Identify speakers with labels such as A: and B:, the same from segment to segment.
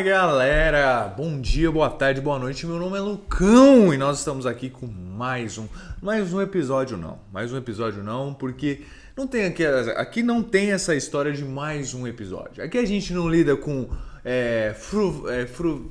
A: galera! Bom dia, boa tarde, boa noite. Meu nome é Lucão e nós estamos aqui com mais um, mais um episódio não, mais um episódio não, porque não tem aqui, aqui não tem essa história de mais um episódio. Aqui a gente não lida com é, fru, é, fru,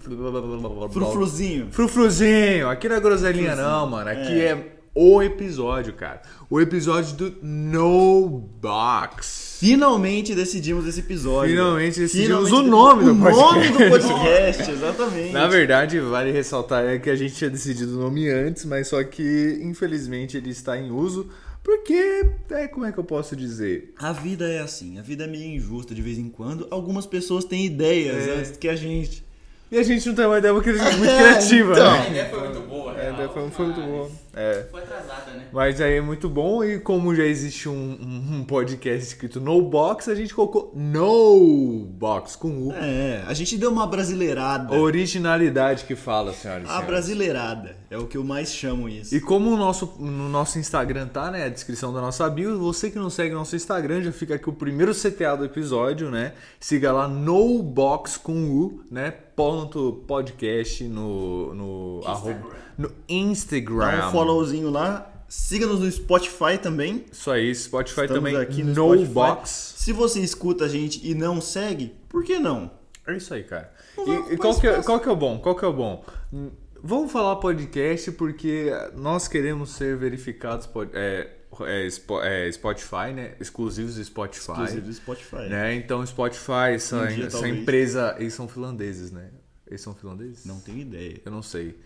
B: Frufruzinho.
A: frufruzinho. Aqui não é groselinha não, mano. Aqui é. o episódio, cara. O episódio do No Box.
B: Finalmente decidimos esse episódio.
A: Finalmente decidimos o nome do
B: o nome
A: podcast.
B: do podcast, exatamente.
A: Na verdade, vale ressaltar é que a gente tinha decidido o nome antes, mas só que infelizmente ele está em uso, porque é como é que eu posso dizer?
B: A vida é assim, a vida é meio injusta de vez em quando. Algumas pessoas têm ideias
A: É.
B: antes que a gente.
A: E a gente não tem uma ideia muito cri- muito
B: É,
A: criativa,
B: então.
C: A
A: né?
C: ideia foi muito boa,
A: É,
C: real,
A: daí foi, foi muito
C: mas
A: bom. É.
C: Foi atrasada, né?
A: Mas aí é muito bom e como já existe um, um- um podcast escrito No Box, a gente colocou No Box com o
B: É, a gente deu uma brasileirada.
A: originalidade que fala, senhoras e
B: A
A: senhores.
B: brasileirada é o que eu mais chamo isso.
A: E como o nosso, no nosso Instagram tá, né? A descrição da nossa bio, você que não segue nosso Instagram, já fica aqui o primeiro CTA do episódio, né? Siga lá nobox com U, né? Ponto podcast no, no, arroba- no Instagram.
B: Dá um followzinho lá. Siga-nos no Spotify também.
A: Isso aí, Spotify
B: Estamos
A: também,
B: aqui no Spotify.
A: nobox.
B: Se você escuta a gente e não segue, por que não?
A: É isso aí, cara.
B: Vamos
A: E, e
B: ocupar
A: qual, que é,
B: espaço.
A: qual que é o bom? Qual que é o bom? Hum, Vamos falar podcast porque nós queremos ser verificados pod- é, é, Spo- é, Spotify, né? Exclusivos do Spotify.
B: Inclusive do Spotify.
A: Né? Então Spotify, essa,
B: Um dia,
A: essa
B: talvez.
A: empresa, eles são finlandeses, né? Eles são finlandeses?
B: Não tenho ideia.
A: Eu não sei.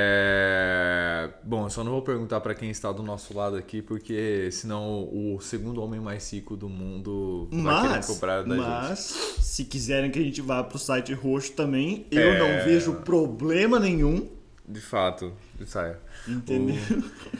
A: É... Bom, eu só não vou perguntar pra quem está do nosso lado aqui, porque senão o segundo homem mais rico do mundo vai querer
B: Mas,
A: cobrar da gente.
B: mas se quiserem que a gente vá pro site roxo também, eu
A: É.
B: não vejo problema nenhum,
A: De fato, saia.
B: entendeu?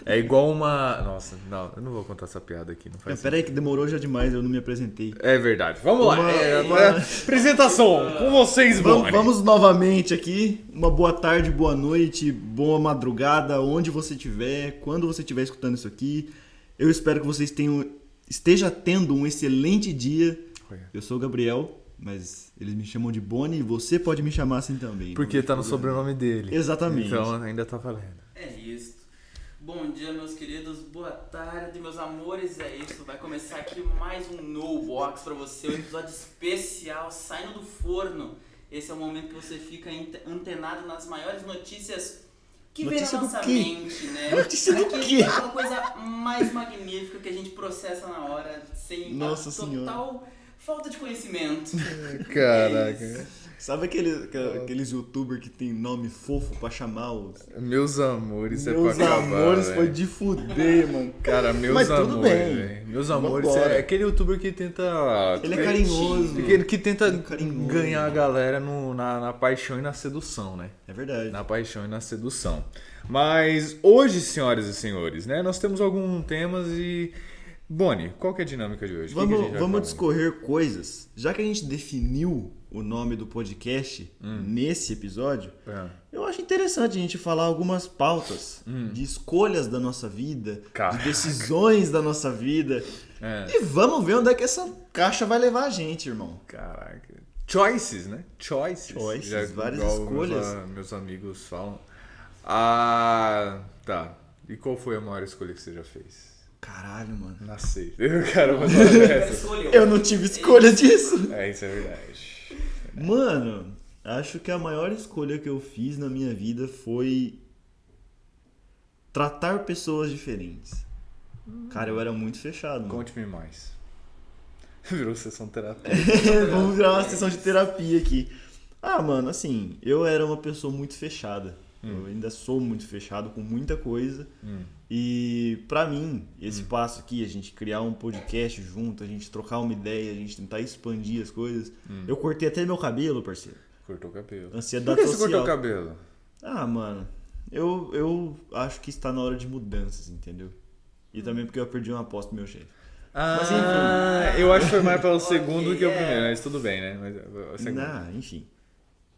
A: É igual uma. Nossa, não, eu não vou contar essa piada aqui, não faz
B: Pera aí que demorou já demais, eu não me apresentei.
A: sentido. É verdade. Vamos lá.
B: Uma-
A: É,
B: uma-
A: agora, Apresentação com vocês,
B: Vamos,
A: Bonnie.
B: vamos novamente aqui. Uma boa tarde, boa noite, boa madrugada, onde você estiver, quando você estiver escutando isso aqui. Eu espero que vocês tenham, esteja tendo um excelente dia.
A: Olha.
B: Eu sou o Gabriel, mas eles me chamam de Boni e você pode me chamar assim também.
A: Porque
B: Não
A: tá no
B: vejo problema.
A: sobrenome dele.
B: Exatamente.
A: Então ainda tá valendo.
C: É isso. Bom dia, meus queridos. Boa tarde, meus amores. É isso. Vai começar aqui mais um No Box pra você. Um episódio especial saindo do forno. Esse é o momento que você fica ante- antenado nas maiores notícias que
B: Notícia
C: vem
B: do
C: na nossa
B: quê?
C: mente, né?
B: Notícia do
C: Aqui
B: quê?
C: É uma coisa mais magnífica que a gente processa na hora, sem
B: Nossa
C: a
B: Senhora.
C: total falta de conhecimento. É isso.
B: Sabe aquele, aqua- aqueles youtubers que tem nome fofo pra chamar os.
A: Meus amores, é
B: Meus
A: pra acabar,
B: amores
A: velho.
B: foi de fuder, mano.
A: Cara, meus
B: Mas tudo
A: amores.
B: bem.
A: velho. Meus amores
B: Vambora.
A: é aquele youtuber que tenta.
B: Ele é carinhoso.
A: Aquele que tenta
B: Ele é carinhoso.
A: ganhar a galera no- na- na paixão e na sedução, né?
B: É verdade.
A: Na paixão e na sedução. Mas hoje, senhoras e senhores, né, nós temos alguns temas e. Bonnie, qual que é a dinâmica de hoje? O que que a
B: Vamos,
A: gente vai
B: vamos
A: falar?
B: discorrer coisas. Já que a gente definiu o nome do podcast
A: Hum.
B: nesse episódio,
A: É.
B: eu acho interessante a gente falar algumas pautas de escolhas da nossa vida,
A: Hum. Caraca.
B: de decisões da nossa vida.
A: É.
B: E vamos ver onde é que essa caixa vai levar a gente, irmão.
A: Caraca. Choices, né? Choices.
B: Choices, várias
A: igual
B: escolhas.
A: Meus, ah, meus amigos falam. Ah, tá. E qual foi a maior escolha que você já fez?
B: Caralho, mano.
A: Nascer. Caramba, essa.
C: Escolheu.
B: É. Eu não tive escolha disso.
A: É, isso é verdade.
B: Mano, acho que a maior escolha que eu fiz na minha vida foi tratar pessoas diferentes. Cara, eu era muito fechado. mano.
A: Conte-me mais. Virou sessão terapia.
B: Vamos
A: é?
B: virar uma sessão de terapia aqui. Ah, mano, assim, eu era uma pessoa muito fechada. Eu ainda sou muito fechado com muita coisa.
A: Hum.
B: E pra mim, esse passo aqui, a gente criar um podcast junto, a gente trocar uma ideia, a gente tentar expandir as coisas. Eu cortei até meu cabelo, parceiro.
A: Cortou o cabelo. Hum. Por
B: Ansiedade
A: que você
B: social.
A: cortou o cabelo?
B: Ah, mano, eu, eu acho que está na hora de mudanças, entendeu? E também porque eu perdi uma aposta do meu chefe. Mas, enfim.
A: Ah, eu acho que foi mais pelo segundo
C: Ok,
A: que o
C: é.
A: primeiro, mas tudo bem, né? Mas, o segundo.
B: Ah, enfim.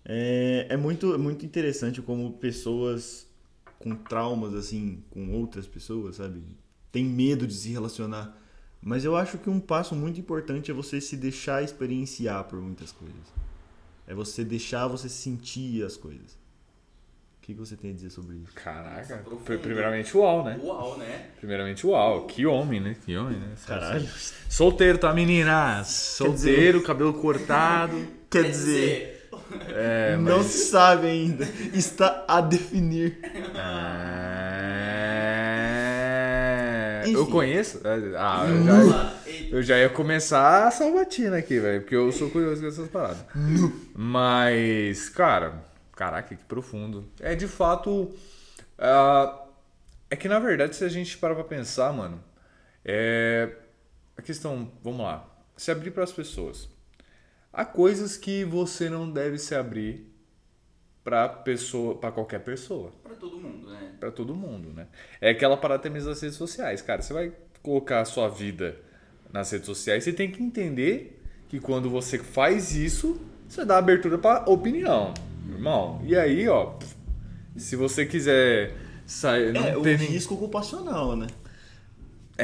B: É, é muito, é muito interessante como pessoas com traumas, assim, com outras pessoas, sabe? Tem medo de se relacionar. Mas eu acho que um passo muito importante é você se deixar experienciar por muitas coisas. É você deixar você sentir as coisas. O que, que você tem a dizer sobre isso?
A: Caraca.
C: Profundo.
A: Primeiramente, uau, né?
C: Uau, né?
A: Primeiramente, uau. Que homem, né? Que homem, né?
B: Caralho.
A: Solteiro, tá, meninas?
B: Quer dizer-
A: Solteiro, cabelo cortado.
B: Quer dizer,
A: É, mas...
B: não se sabe ainda. Está a definir. Ah.
A: É...
B: Enfim.
A: Eu conheço? Ah, eu
C: Vamos
A: já,
C: lá. Eita,
A: eu já ia começar a salvatina aqui, velho, porque eu sou curioso com essas paradas. Mas, cara, caraca, que profundo. É de fato. ah, é que na verdade, se a gente parar pra pensar, mano, é. A questão, vamos lá. Se abrir pras pessoas. Há coisas que você não deve se abrir pra pessoa, para qualquer pessoa.
C: Pra todo mundo, né?
A: Pra todo mundo, né? É aquela parada também das redes sociais, cara. Você vai colocar a sua vida nas redes sociais, você tem que entender que quando você faz isso, você dá abertura pra opinião, irmão. E aí, ó, pff, se você quiser sair, não
B: É, o
A: tem, nem- É.
B: risco ocupacional, né?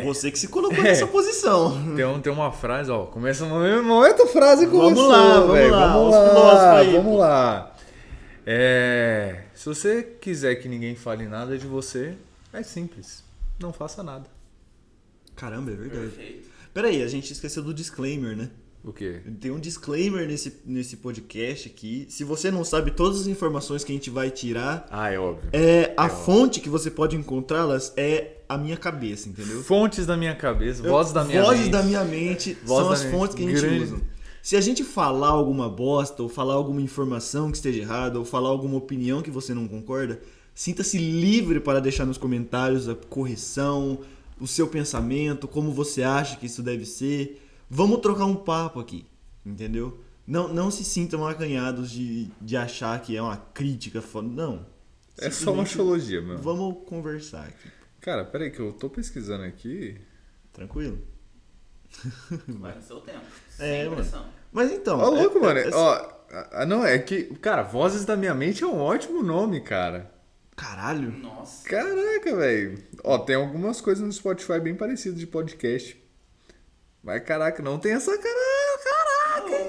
B: Você que se colocou nessa posição.
A: tem, um- tem uma frase, ó, começa no mesmo momento a frase
B: Vamos
A: começou,
B: lá, vamos
A: velho,
B: lá,
A: vamos
B: os
A: lá,
B: filósofos aí,
A: vamos lá. É, se você quiser que ninguém fale nada de você, é simples, não faça nada.
B: Caramba, é verdade.
C: Perfeito.
B: Peraí, a gente esqueceu do disclaimer, né?
A: O quê?
B: Tem um disclaimer nesse, nesse podcast aqui. Se você não sabe todas as informações que a gente vai tirar,
A: Ah, é óbvio.
B: é a fonte que você pode encontrá-las é a minha cabeça, entendeu?
A: Fontes da minha cabeça, vozes da minha
B: Vozes
A: mente.
B: da minha mente
A: Voz
B: são
A: da
B: as
A: minha-
B: fontes que a gente
A: grande.
B: usa. Se a gente falar alguma bosta, ou falar alguma informação que esteja errada, ou falar alguma opinião que você não concorda, sinta-se livre para deixar nos comentários a correção, o seu pensamento, como você acha que isso deve ser. Vamos trocar um papo aqui, entendeu? Não, não se sintam acanhados de, de achar que é uma crítica. fo- Não.
A: É só uma
B: Simplesmente
A: astrologia, meu.
B: Vamos conversar aqui.
A: Cara, peraí que eu tô pesquisando aqui.
B: Tranquilo?
A: Hum.
C: Vai no seu tempo.
B: É,
C: Sem
B: mano.
C: pressão.
B: Mas então.
A: Ó, louco,
B: é-
A: mano.
B: é-
A: Ó, ah, não, é que... Cara, Vozes da Minha Mente é um ótimo nome, cara.
B: Caralho.
C: Nossa.
A: Caraca, velho. Ó, tem algumas coisas no Spotify bem parecidas de podcast. Mas, caraca, não tem essa cara... Caraca!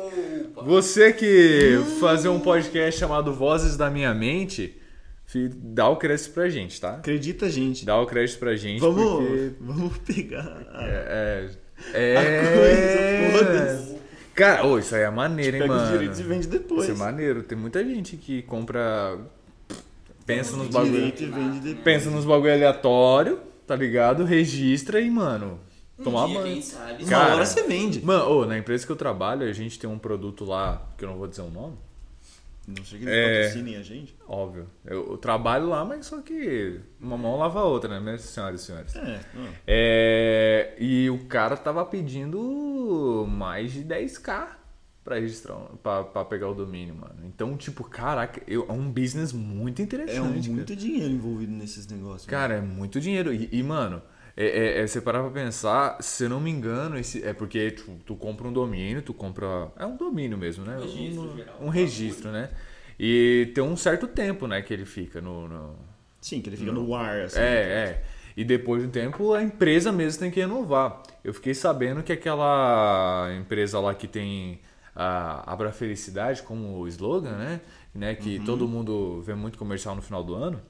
C: Opa.
A: Você que fazer um podcast chamado Vozes da Minha Mente, fi- dá o crédito pra gente, tá?
B: Acredita, gente.
A: Dá o crédito pra gente,
B: Vamos,
A: porque...
B: vamos pegar.
A: É.
B: A
A: É.
B: coisa,
A: é... Cara, ô, isso aí é maneiro, hein,
B: Pega os
A: mano.
B: direitos e vende depois.
A: Isso é maneiro. Tem muita gente que compra. Pensa nos bagulho.
B: um Direito e vende depois.
A: Pensa nos bagulho aleatório, tá ligado? Registra e, mano.
C: Um
A: Tomar
C: dia,
A: banho.
C: quem sabe?
B: Uma
A: Cara.
B: hora você vende.
A: Mano, ô, na empresa que eu trabalho, a gente tem um produto lá, que eu não vou dizer o nome,
B: Não sei que
A: É.
B: eles patrocinem a gente.
A: óbvio. Eu, eu trabalho lá, mas só que uma mão lava a outra, né, minhas senhoras e senhores?
B: É, não.
A: É, e o cara tava pedindo mais de 10k pra registrar, um- pra, pra pegar o domínio, mano. Então, tipo, caraca, eu- é um business muito interessante.
B: é um-
A: cara.
B: muito dinheiro envolvido nesses negócios.
A: Cara, é muito dinheiro. E, e, mano, é, é, é, você parar pra pensar, se eu não me engano, esse, é porque tu, tu compra um domínio, tu compra. É um domínio mesmo, né?
C: Registro
A: um,
C: geral.
A: um registro, né? E tem um certo tempo, né, que ele fica no- no,
B: né? Sim, que ele fica no ar, assim.
A: é, é. E depois de um tempo, a empresa mesmo tem que renovar. Eu fiquei sabendo que aquela empresa lá que tem a Abra Felicidade como slogan, né? né?
B: Uhum.
A: Que todo mundo vê muito comercial no final do ano.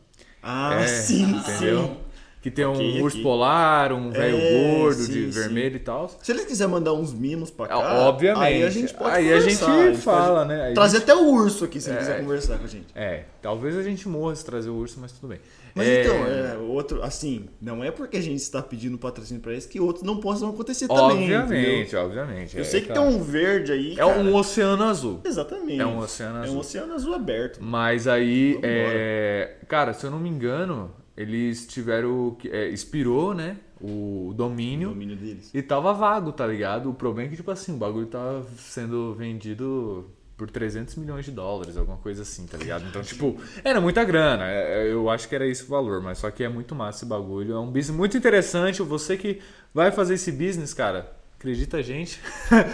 B: Ah,
A: É,
B: sim,
A: entendeu?
B: sim.
A: Que tem
B: Ok,
A: um urso
B: ok.
A: polar, um velho gordo
B: É, sim,
A: de
B: sim.
A: vermelho e tal.
B: Se ele quiser mandar uns mimos pra cá,
A: É, Obviamente.
B: aí a gente pode
A: Aí a
B: conversar,
A: gente
B: a pode
A: fala, né? Aí a
B: Trazer até o urso aqui, se ele
A: É.
B: quiser conversar com a gente.
A: É, talvez a gente morra se trazer o urso, mas tudo bem.
B: Mas então, é, outro, assim, não é porque a gente está pedindo patrocínio pra eles que outros não possam acontecer também. entendeu?
A: Obviamente, obviamente.
B: Eu
A: é,
B: sei que
A: tá.
B: tem um verde aí.
A: É
B: cara.
A: um oceano azul.
B: Exatamente.
A: É um oceano
B: É um
A: azul.
B: oceano azul aberto.
A: Mas aí,
B: Vambora.
A: é, cara, se eu não me engano, eles tiveram. que- É, expirou, né? O
B: O
A: domínio.
B: domínio deles.
A: E tava vago, tá ligado? O problema é que, tipo assim, o bagulho tava sendo vendido por 300 milhões de dólares, alguma coisa assim, tá ligado? Então, tipo, era muita grana. é, é, Eu acho que era esse o valor, mas só que é muito massa esse bagulho. É um business muito interessante. Você que vai fazer esse business, cara, acredita a gente.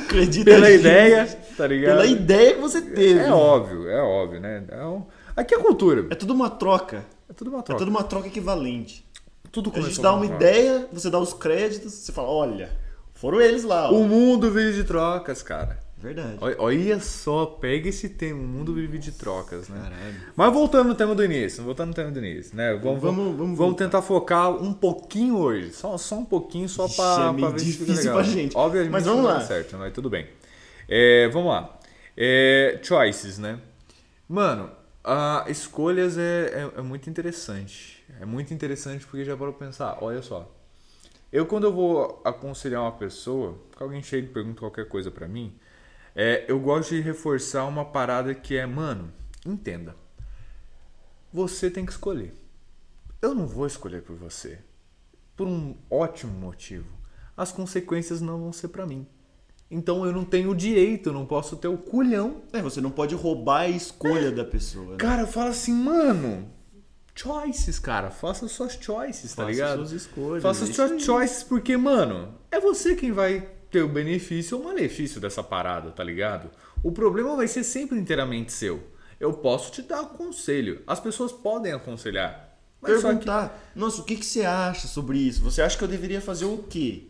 B: Acredita
A: Pela
B: gente,
A: ideia, tá ligado?
B: Pela ideia que você teve.
A: É óbvio, é óbvio, né? É um- Aqui é cultura.
B: É tudo uma troca.
A: É tudo uma
B: É
A: troca.
B: tudo uma troca equivalente.
A: Tudo
B: A gente
A: começou
B: dá
A: com
B: uma
A: troca.
B: ideia, você dá os créditos, você fala, olha, foram eles lá. ó.
A: O mundo vive de trocas, cara.
B: Verdade.
A: Um Olha- Olha só, pega esse tema, o mundo vive de trocas, né?
B: Caralho.
A: Mas voltando no tema do início, voltando no tema do início, né? Vamos,
B: Vamos-
A: vamos,
B: vamos
A: vamos, tentar focar um pouquinho hoje, só, só um pouquinho, só
B: Ixi,
A: pra,
B: é meio
A: pra ver se fica
B: difícil
A: legal.
B: pra gente.
A: Obviamente
B: Mas vamos
A: não
B: lá.
A: dá certo, mas tudo bem. É, vamos lá. É, choices, né? Mano, a escolhas é, é, é muito interessante. É muito interessante porque já parou pra pensar, olha só. Eu, quando eu vou aconselhar uma pessoa, que alguém chega e pergunta qualquer coisa pra mim, é, eu gosto de reforçar uma parada que é, mano, entenda. Você tem que escolher. Eu não vou escolher por você. Por um ótimo motivo. As consequências não vão ser pra mim. Então eu não tenho o direito, eu não posso ter o culhão
B: É, você não pode roubar a escolha da pessoa. Né?
A: Cara, fala assim, mano. Choices, cara. Faça suas choices, tá
B: Faça
A: ligado?
B: suas escolhas,
A: Faça
B: é isso aí.
A: suas choices, porque, mano, é você quem vai ter o benefício ou o malefício dessa parada, tá ligado? O problema vai ser sempre inteiramente seu. Eu posso te dar conselho. As pessoas podem aconselhar. Mas só que
B: Perguntar, nossa, o que, que você acha sobre isso? Você acha que eu deveria fazer o quê?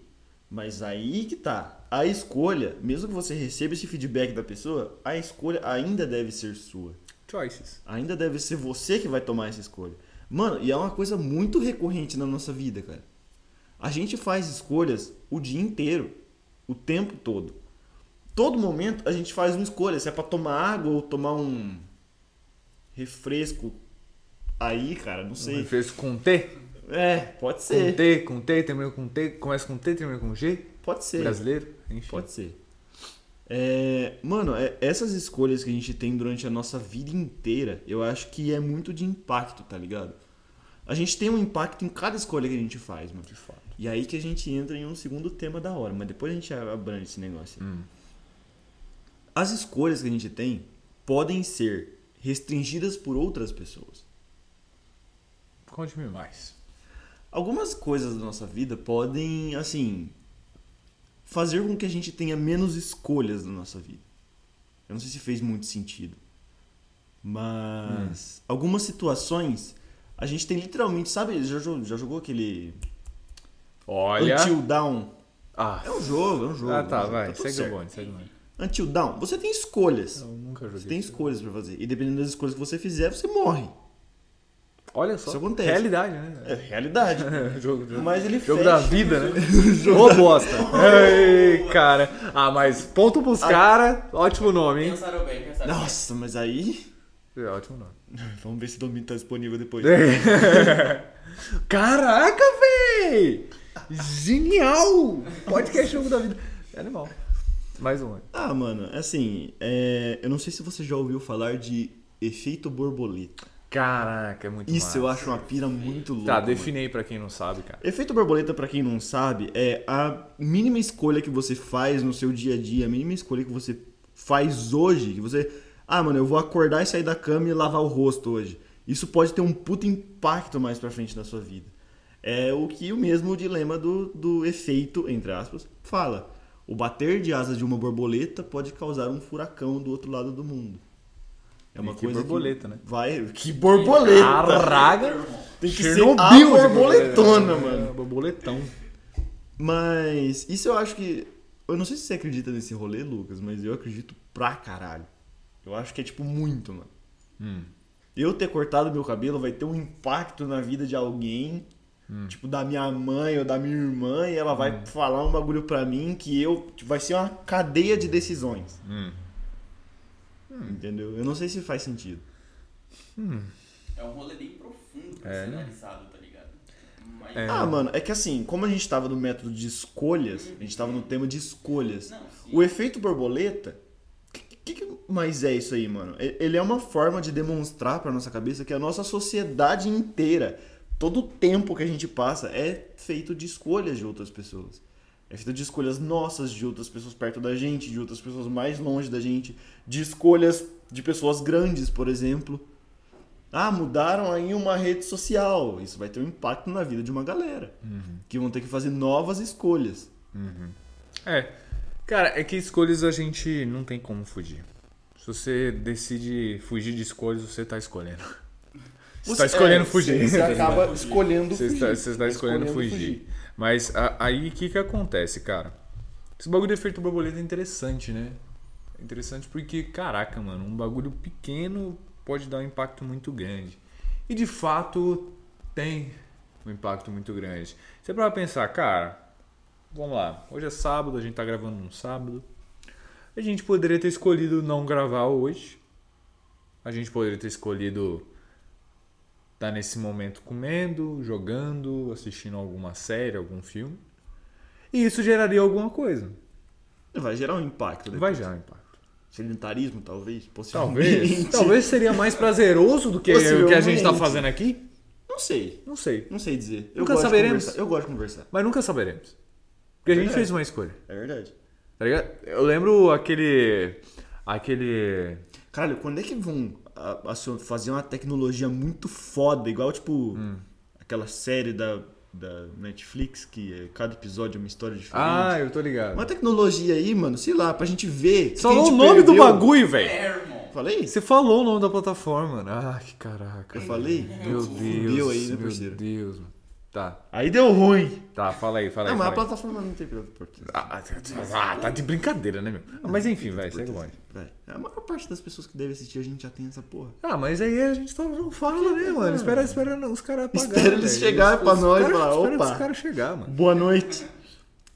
B: Mas aí que tá. A escolha, mesmo que você receba esse feedback da pessoa, a escolha ainda deve ser sua.
A: choices.
B: Ainda deve ser você que vai tomar essa escolha. Mano, e é uma coisa muito recorrente na nossa vida, cara. A gente faz escolhas o dia inteiro, o tempo todo. Todo momento a gente faz uma escolha, se é pra tomar água ou tomar um refresco. Aí, cara, não sei.
A: Fez com T?
B: É, pode
A: Com
B: ser.
A: T, com T, termina com T, começa com T, termina com G?
B: Pode ser.
A: Brasileiro? Enfim.
B: Pode ser. É, mano, é- essas escolhas que a gente tem durante a nossa vida inteira, eu acho que é muito de impacto, tá ligado? A gente tem um impacto em cada escolha que a gente faz, mano.
A: De fato.
B: E aí que a gente entra em um segundo tema da hora, mas depois a gente abrange esse negócio. aí. As escolhas que a gente tem podem ser restringidas por outras pessoas.
A: Conte-me mais.
B: Algumas coisas da nossa vida podem, assim, fazer com que a gente tenha menos escolhas na nossa vida. Eu não sei se fez muito sentido. Mas algumas situações a gente tem literalmente, sabe, já, jo- já jogou aquele
A: Olha.
B: Until Down?
A: Ah,
B: É um jogo, é um jogo.
A: Ah,
B: é um
A: tá,
B: jogo,
A: vai.
B: tudo
A: segue
B: certo.
A: o bonde, segue o bonde.
B: Until Down, você tem escolhas.
A: Eu nunca
B: Você
A: joguei.
B: tem escolhas pra fazer. E dependendo das escolhas que você fizer, você morre.
A: Olha só.
B: Isso acontece.
A: Realidade,
B: É
A: né?
B: realidade.
A: jogo, jogo-
B: Mas ele
A: jogo
B: fecha.
A: da vida, né? Ô, bosta. Ei, cara. Ah, mas ponto pros cara. Ótimo nome, hein?
C: Pensaram bem, pensaram bem.
B: Nossa, mas aí.
A: É, ótimo nome.
B: Vamos ver se o domínio tá disponível depois.
A: Caraca, véi! Genial! Podcast jogo da vida. É animal. Mais um. hein?
B: Ah, mano, assim, é, eu não sei se você já ouviu falar de efeito borboleta.
A: Caraca, é muito
B: Isso eu
A: massa.
B: acho uma pira muito louca.
A: Tá,
B: mano.
A: define aí pra quem não sabe, cara.
B: Efeito borboleta, pra quem não sabe, é a mínima escolha que você faz no seu dia a dia, a mínima escolha que você faz hoje, que você, ah, mano, eu vou acordar e sair da cama e lavar o rosto hoje. Isso pode ter um puta impacto mais pra frente na sua vida. É o que o mesmo dilema do, do efeito, entre aspas, fala. O bater de asas de uma borboleta pode causar um furacão do outro lado do mundo. É uma
A: E que
B: coisa
A: borboleta, né?
B: Vai, que borboleta.
A: Caraca!
B: Tem que ser
A: Chernobyl
B: a
A: de
B: borboletona,
A: borboleta.
B: mano.
A: É, Borboletão.
B: Mas isso eu acho que. Eu não sei se você acredita nesse rolê, Lucas, mas eu acredito pra caralho. Eu acho que é tipo muito, mano.
A: Hum.
B: Eu ter cortado meu cabelo vai ter um impacto na vida de alguém,
A: Hum.
B: tipo da minha mãe ou da minha irmã, e ela vai falar um bagulho pra mim que eu. tipo, vai ser uma cadeia de decisões.
A: Hum.
B: Entendeu? Eu não sei se faz sentido.
C: É um rolê bem profundo pra
A: É,
C: ser
A: né?
C: analisado, tá ligado? Mas...
A: É.
B: Ah, mano, é que assim, como a gente tava no método de escolhas, a gente tava no tema de escolhas.
C: Não, sim.
B: O efeito borboleta, o que, que mais é isso aí, mano? E- Ele é uma forma de demonstrar pra nossa cabeça que a nossa sociedade inteira, todo o tempo que a gente passa, é feito de escolhas de outras pessoas. É feito de escolhas nossas, de outras pessoas perto da gente, de outras pessoas mais longe da gente, de escolhas de pessoas grandes, por exemplo. Ah, mudaram aí uma rede social. Isso vai ter um impacto na vida de uma galera. Que vão ter que fazer novas escolhas.
A: É. Cara, é que escolhas a gente não tem como fugir. Se você decide fugir de escolhas, você tá escolhendo. Você, tá escolhendo
B: é,
A: fugir.
B: Você
A: tá ligado?
B: acaba escolhendo
A: Você
B: fugir.
A: está, você está tá- escolhendo, fugir. Mas a- aí o que, que acontece, cara? Esse bagulho de efeito borboleta é interessante, né? Interessante porque, caraca, mano, um bagulho pequeno pode dar um impacto muito grande. E de fato tem um impacto muito grande. Você para pensar, cara, vamos lá, hoje é sábado, a gente tá gravando num sábado. A gente poderia ter escolhido não gravar hoje. A gente poderia ter escolhido estar tá nesse momento comendo, jogando, assistindo alguma série, algum filme. E isso geraria alguma coisa.
B: Vai gerar um impacto. depois.
A: Vai gerar um impacto.
B: Sedentarismo, talvez,
A: Talvez.
B: possivelmente.
A: talvez seria mais prazeroso do que o que a gente tá
B: Possivelmente.
A: fazendo aqui.
B: Não sei.
A: Não sei.
B: Não sei dizer. Eu
A: Nunca
B: gosto
A: saberemos.
B: de conversar. Eu gosto de conversar.
A: Mas nunca saberemos. Porque a gente
B: Verdade.
A: fez uma escolha.
B: É verdade.
A: Tá ligado? Eu lembro aquele. Aquele.
B: Caralho, quando é que vão a- a- fazer uma tecnologia muito foda, igual tipo
A: Hum.
B: aquela série da, da Netflix, que é- cada episódio é uma história diferente.
A: Ah, eu tô ligado.
B: Uma tecnologia aí, mano, sei lá, pra gente ver.
A: Você
B: quem
A: falou
B: a
A: o
B: gente
A: nome do
B: perdeu.
A: bagulho, velho.
C: É, irmão.
B: Falei?
A: Você falou o nome da plataforma, mano. Ah, que caraca.
B: Eu falei?
A: Meu
B: Fudeu
A: Deus.
B: aí, né,
A: meu
B: parceiro?
A: Deus. mano. Tá,
B: Aí deu ruim.
A: tá, fala aí, fala aí.
B: Não, mas a
A: fala aí.
B: plataforma não tem português.
A: Ah, tá- ah, tá de brincadeira, né, meu? Ah, Mas enfim, vai, segue longe.
B: Vai. A maior parte das pessoas que devem assistir, a gente já tem essa porra.
A: Ah, mas aí a gente só não fala, né, mano? Espera, espera os caras pagarem.
B: Espera eles
A: velho.
B: chegarem pra
A: Os
B: nós e
A: caras-
B: falar,
A: Espera
B: opa.
A: os caras chegarem, mano.
B: Boa noite.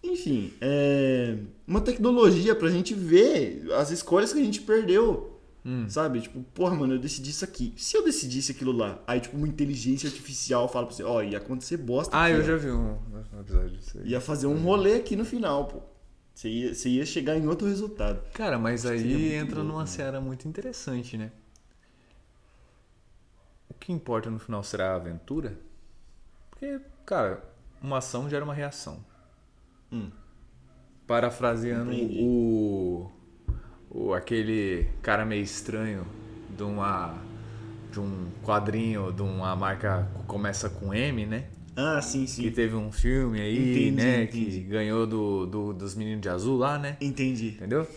B: Enfim, é uma tecnologia pra gente ver as escolhas que a gente perdeu.
A: Hum.
B: Sabe? Tipo, porra, mano, eu decidi isso aqui. Se eu decidisse aquilo lá, aí, tipo, uma inteligência artificial fala pra você, ó, ia acontecer bosta.
A: Ah,
B: aqui,
A: eu
B: ó.
A: já vi um um episódio disso aí.
B: Ia fazer um rolê aqui no final, pô. Você ia, você ia chegar em outro resultado.
A: Cara, mas
B: seria
A: aí
B: muito
A: entra
B: louco,
A: numa
B: né?
A: seara muito interessante, né? O que importa no final será a aventura? Porque, cara, uma ação gera uma reação.
B: Hum.
A: Parafraseando
B: Compreendi.
A: o, o. aquele cara meio estranho de uma. de um quadrinho de uma marca que começa com M, né?
B: Ah, sim,
A: Que
B: sim.
A: teve um filme aí,
B: Entendi,
A: né?
B: entendi.
A: Que ganhou do, do- dos meninos de azul lá, né?
B: Entendi.
A: Entendeu?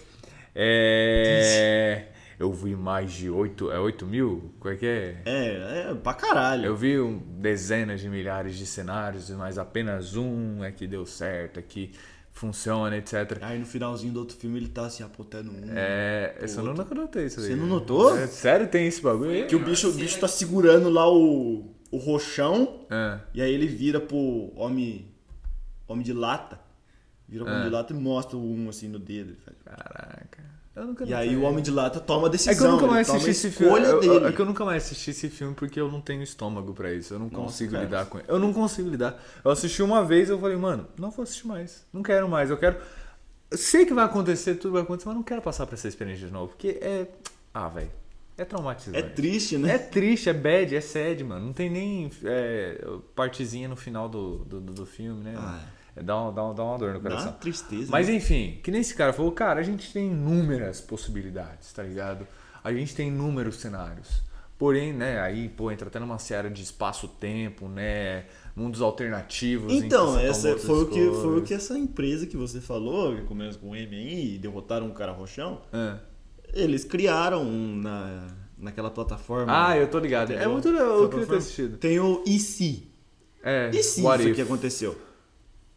A: É. Eu vi mais de 8. É 8 mil? Qual é que é?
B: É, é pra caralho.
A: Eu vi um- dezenas de milhares de cenários, mas apenas um é que deu certo, é que funciona, etc.
B: Aí no finalzinho do outro filme ele tá assim, apontando um.
A: É. Isso eu não notei isso aí.
B: Você não notou?
A: É, sério, tem esse bagulho aí?
B: Que o bicho, o bicho tá segurando lá o, o roxão,
A: Ah,
B: e aí ele vira pro homem. Homem de lata. Vira pro homem
A: É.
B: de lata e mostra o um assim no dedo. ele faz.
A: caraca. Eu nunca
B: E aí
A: notei.
B: o homem de lata toma a decisão.
A: É que eu nunca
B: ele
A: mais
B: toma
A: assisti
B: a
A: esse filme.
B: escolha
A: Eu- eu-
B: dele.
A: É que eu nunca mais assisti esse filme porque eu não tenho estômago pra isso. Eu não
B: Nossa,
A: consigo
B: cara.
A: lidar com ele. Eu não consigo lidar. Eu assisti uma vez e eu falei, mano, não vou assistir mais. Não quero mais. Eu quero. eu Sei que vai acontecer, tudo vai acontecer, mas não quero passar por essa experiência de novo. Porque é. Ah, velho. É traumatizante.
B: É triste, né?
A: É triste, é bad, é sad, mano. Não tem nem é, partezinha no final do, do, do- do filme, né?
B: Ah,
A: É, dá, um- dá, um- dá uma dor no
B: Dá
A: coração.
B: uma tristeza.
A: Mas
B: né?
A: enfim, que nem esse cara falou, cara, a gente tem inúmeras possibilidades, tá ligado? A gente tem inúmeros cenários. Porém, né, aí, pô, entra até numa seara de espaço-tempo, né? Mundos alternativos. em que
B: Então,
A: você toma
B: essa
A: outras
B: foi o, que, foi o
A: cores.
B: que essa empresa que você falou, que começa com M aí, e derrotaram o cara roxão,
A: Ah.
B: eles criaram um na, naquela plataforma.
A: Ah, eu tô ligado. É
B: Entendeu?
A: muito legal, eu queria ter
B: Plataforma.
A: assistido.
B: Tem o E se?
A: É,
B: E se
A: What
B: isso
A: If.
B: aqui aconteceu?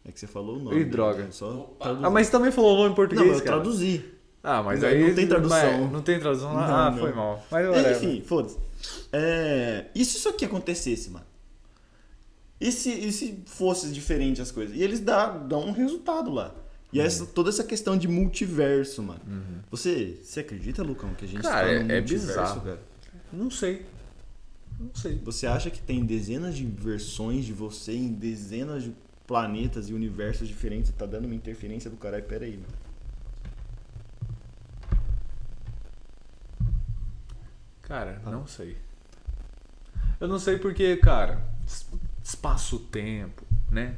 B: É que você falou o nome.
A: Ih, droga.
B: né? Só
C: Opa.
B: traduzi.
A: Ah, mas também falou o nome em
B: Não,
A: português,
B: mas eu
A: cara.
B: traduzi.
A: Ah, mas
B: Não,
A: aí...
B: não tem tradução.
A: mas Não tem tradução lá?
B: Não,
A: ah,
B: não.
A: foi mal. Mas olha,
B: Enfim, foda-se. É... E se isso aqui acontecesse, mano? E se, e se fosse diferente as coisas? E eles dá- dão, um resultado lá. E
A: Uhum.
B: essa, toda essa questão de multiverso, mano. Você, você acredita, Lucão, que a gente
A: Cara,
B: tá
A: é-
B: no
A: é
B: multiverso,
A: bizarro.
B: cara?
A: Não sei. Não sei.
B: Você acha que tem dezenas de versões de você em dezenas de planetas e universos diferentes e tá dando uma interferência do caralho? Pera aí, mano.
A: Cara, não sei. Eu não sei porque, cara, es- espaço-tempo, né?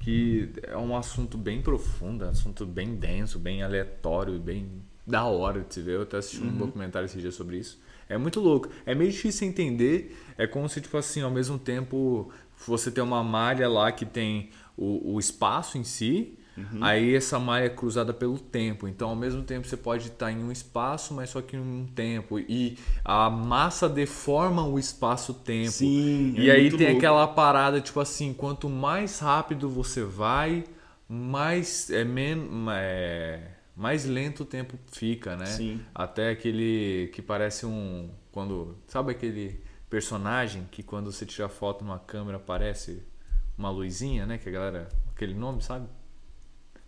A: Que é um assunto bem profundo, é um assunto bem denso, bem aleatório, bem da hora de se ver. Eu até assisti
B: Uhum.
A: um documentário esse dia sobre isso. É muito louco. É meio difícil entender. É como se, tipo assim, ao mesmo tempo você tem uma malha lá que tem o, o espaço em si,
B: Uhum.
A: Aí essa malha é cruzada pelo tempo. Então, ao mesmo tempo, você pode estar em um espaço, mas só que em um tempo. E a massa deforma o espaço-tempo.
B: Sim,
A: E
B: é
A: aí
B: muito
A: tem
B: louco.
A: aquela parada, tipo assim, quanto mais rápido você vai, mais é, men é, mais lento o tempo fica, né?
B: Sim.
A: Até aquele que parece um. Quando. Sabe aquele personagem que quando você tira foto numa câmera aparece uma luzinha, né? Que a galera. Aquele nome, sabe?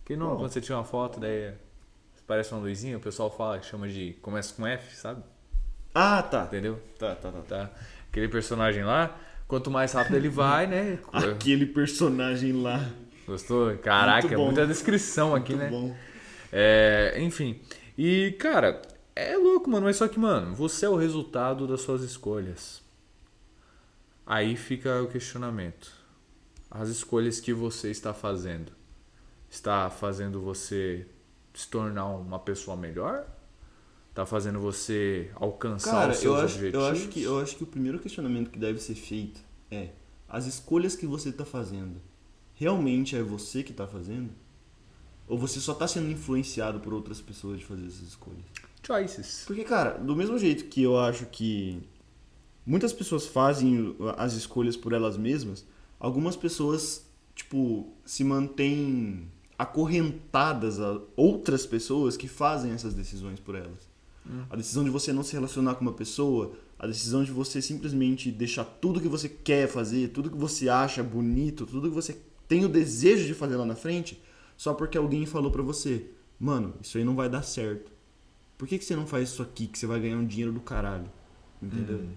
A: Aquele nome,
B: Qual?
A: quando você tira uma foto, daí parece uma luzinha, o pessoal fala que chama de. Começa com F, sabe?
B: Ah, tá.
A: Entendeu?
B: Tá, tá, tá.
A: Tá? Aquele personagem lá, quanto mais rápido ele vai, né?
B: Aquele personagem lá.
A: Gostou? Caraca,
B: Muito
A: é
B: bom.
A: muita descrição aqui,
B: Muito
A: né?
B: bom.
A: É, enfim. E, cara, é louco, mano. Mas só que, mano, você é o resultado das suas escolhas. Aí fica o questionamento. As escolhas que você está fazendo. Está fazendo você se tornar uma pessoa melhor? Está fazendo você alcançar
B: Cara,
A: os seus
B: eu acho,
A: objetivos?
B: eu, acho que, eu acho que o primeiro questionamento que deve ser feito é: as escolhas que você está fazendo, realmente é você que está fazendo? Ou você só está sendo influenciado por outras pessoas de fazer essas escolhas?
A: Choices.
B: Porque, cara, do mesmo jeito que eu acho que muitas pessoas fazem o- as escolhas por elas mesmas, algumas pessoas, tipo, se mantêm acorrentadas a outras pessoas que fazem essas decisões por elas. A decisão de você não se relacionar com uma pessoa, a decisão de você simplesmente deixar tudo que você quer fazer, tudo que você acha bonito, tudo que você tem o desejo de fazer lá na frente, só porque alguém falou pra você, mano, isso aí não vai dar certo. Por que, que você não faz isso aqui que você vai ganhar um dinheiro do caralho? Entendeu?
A: Uhum.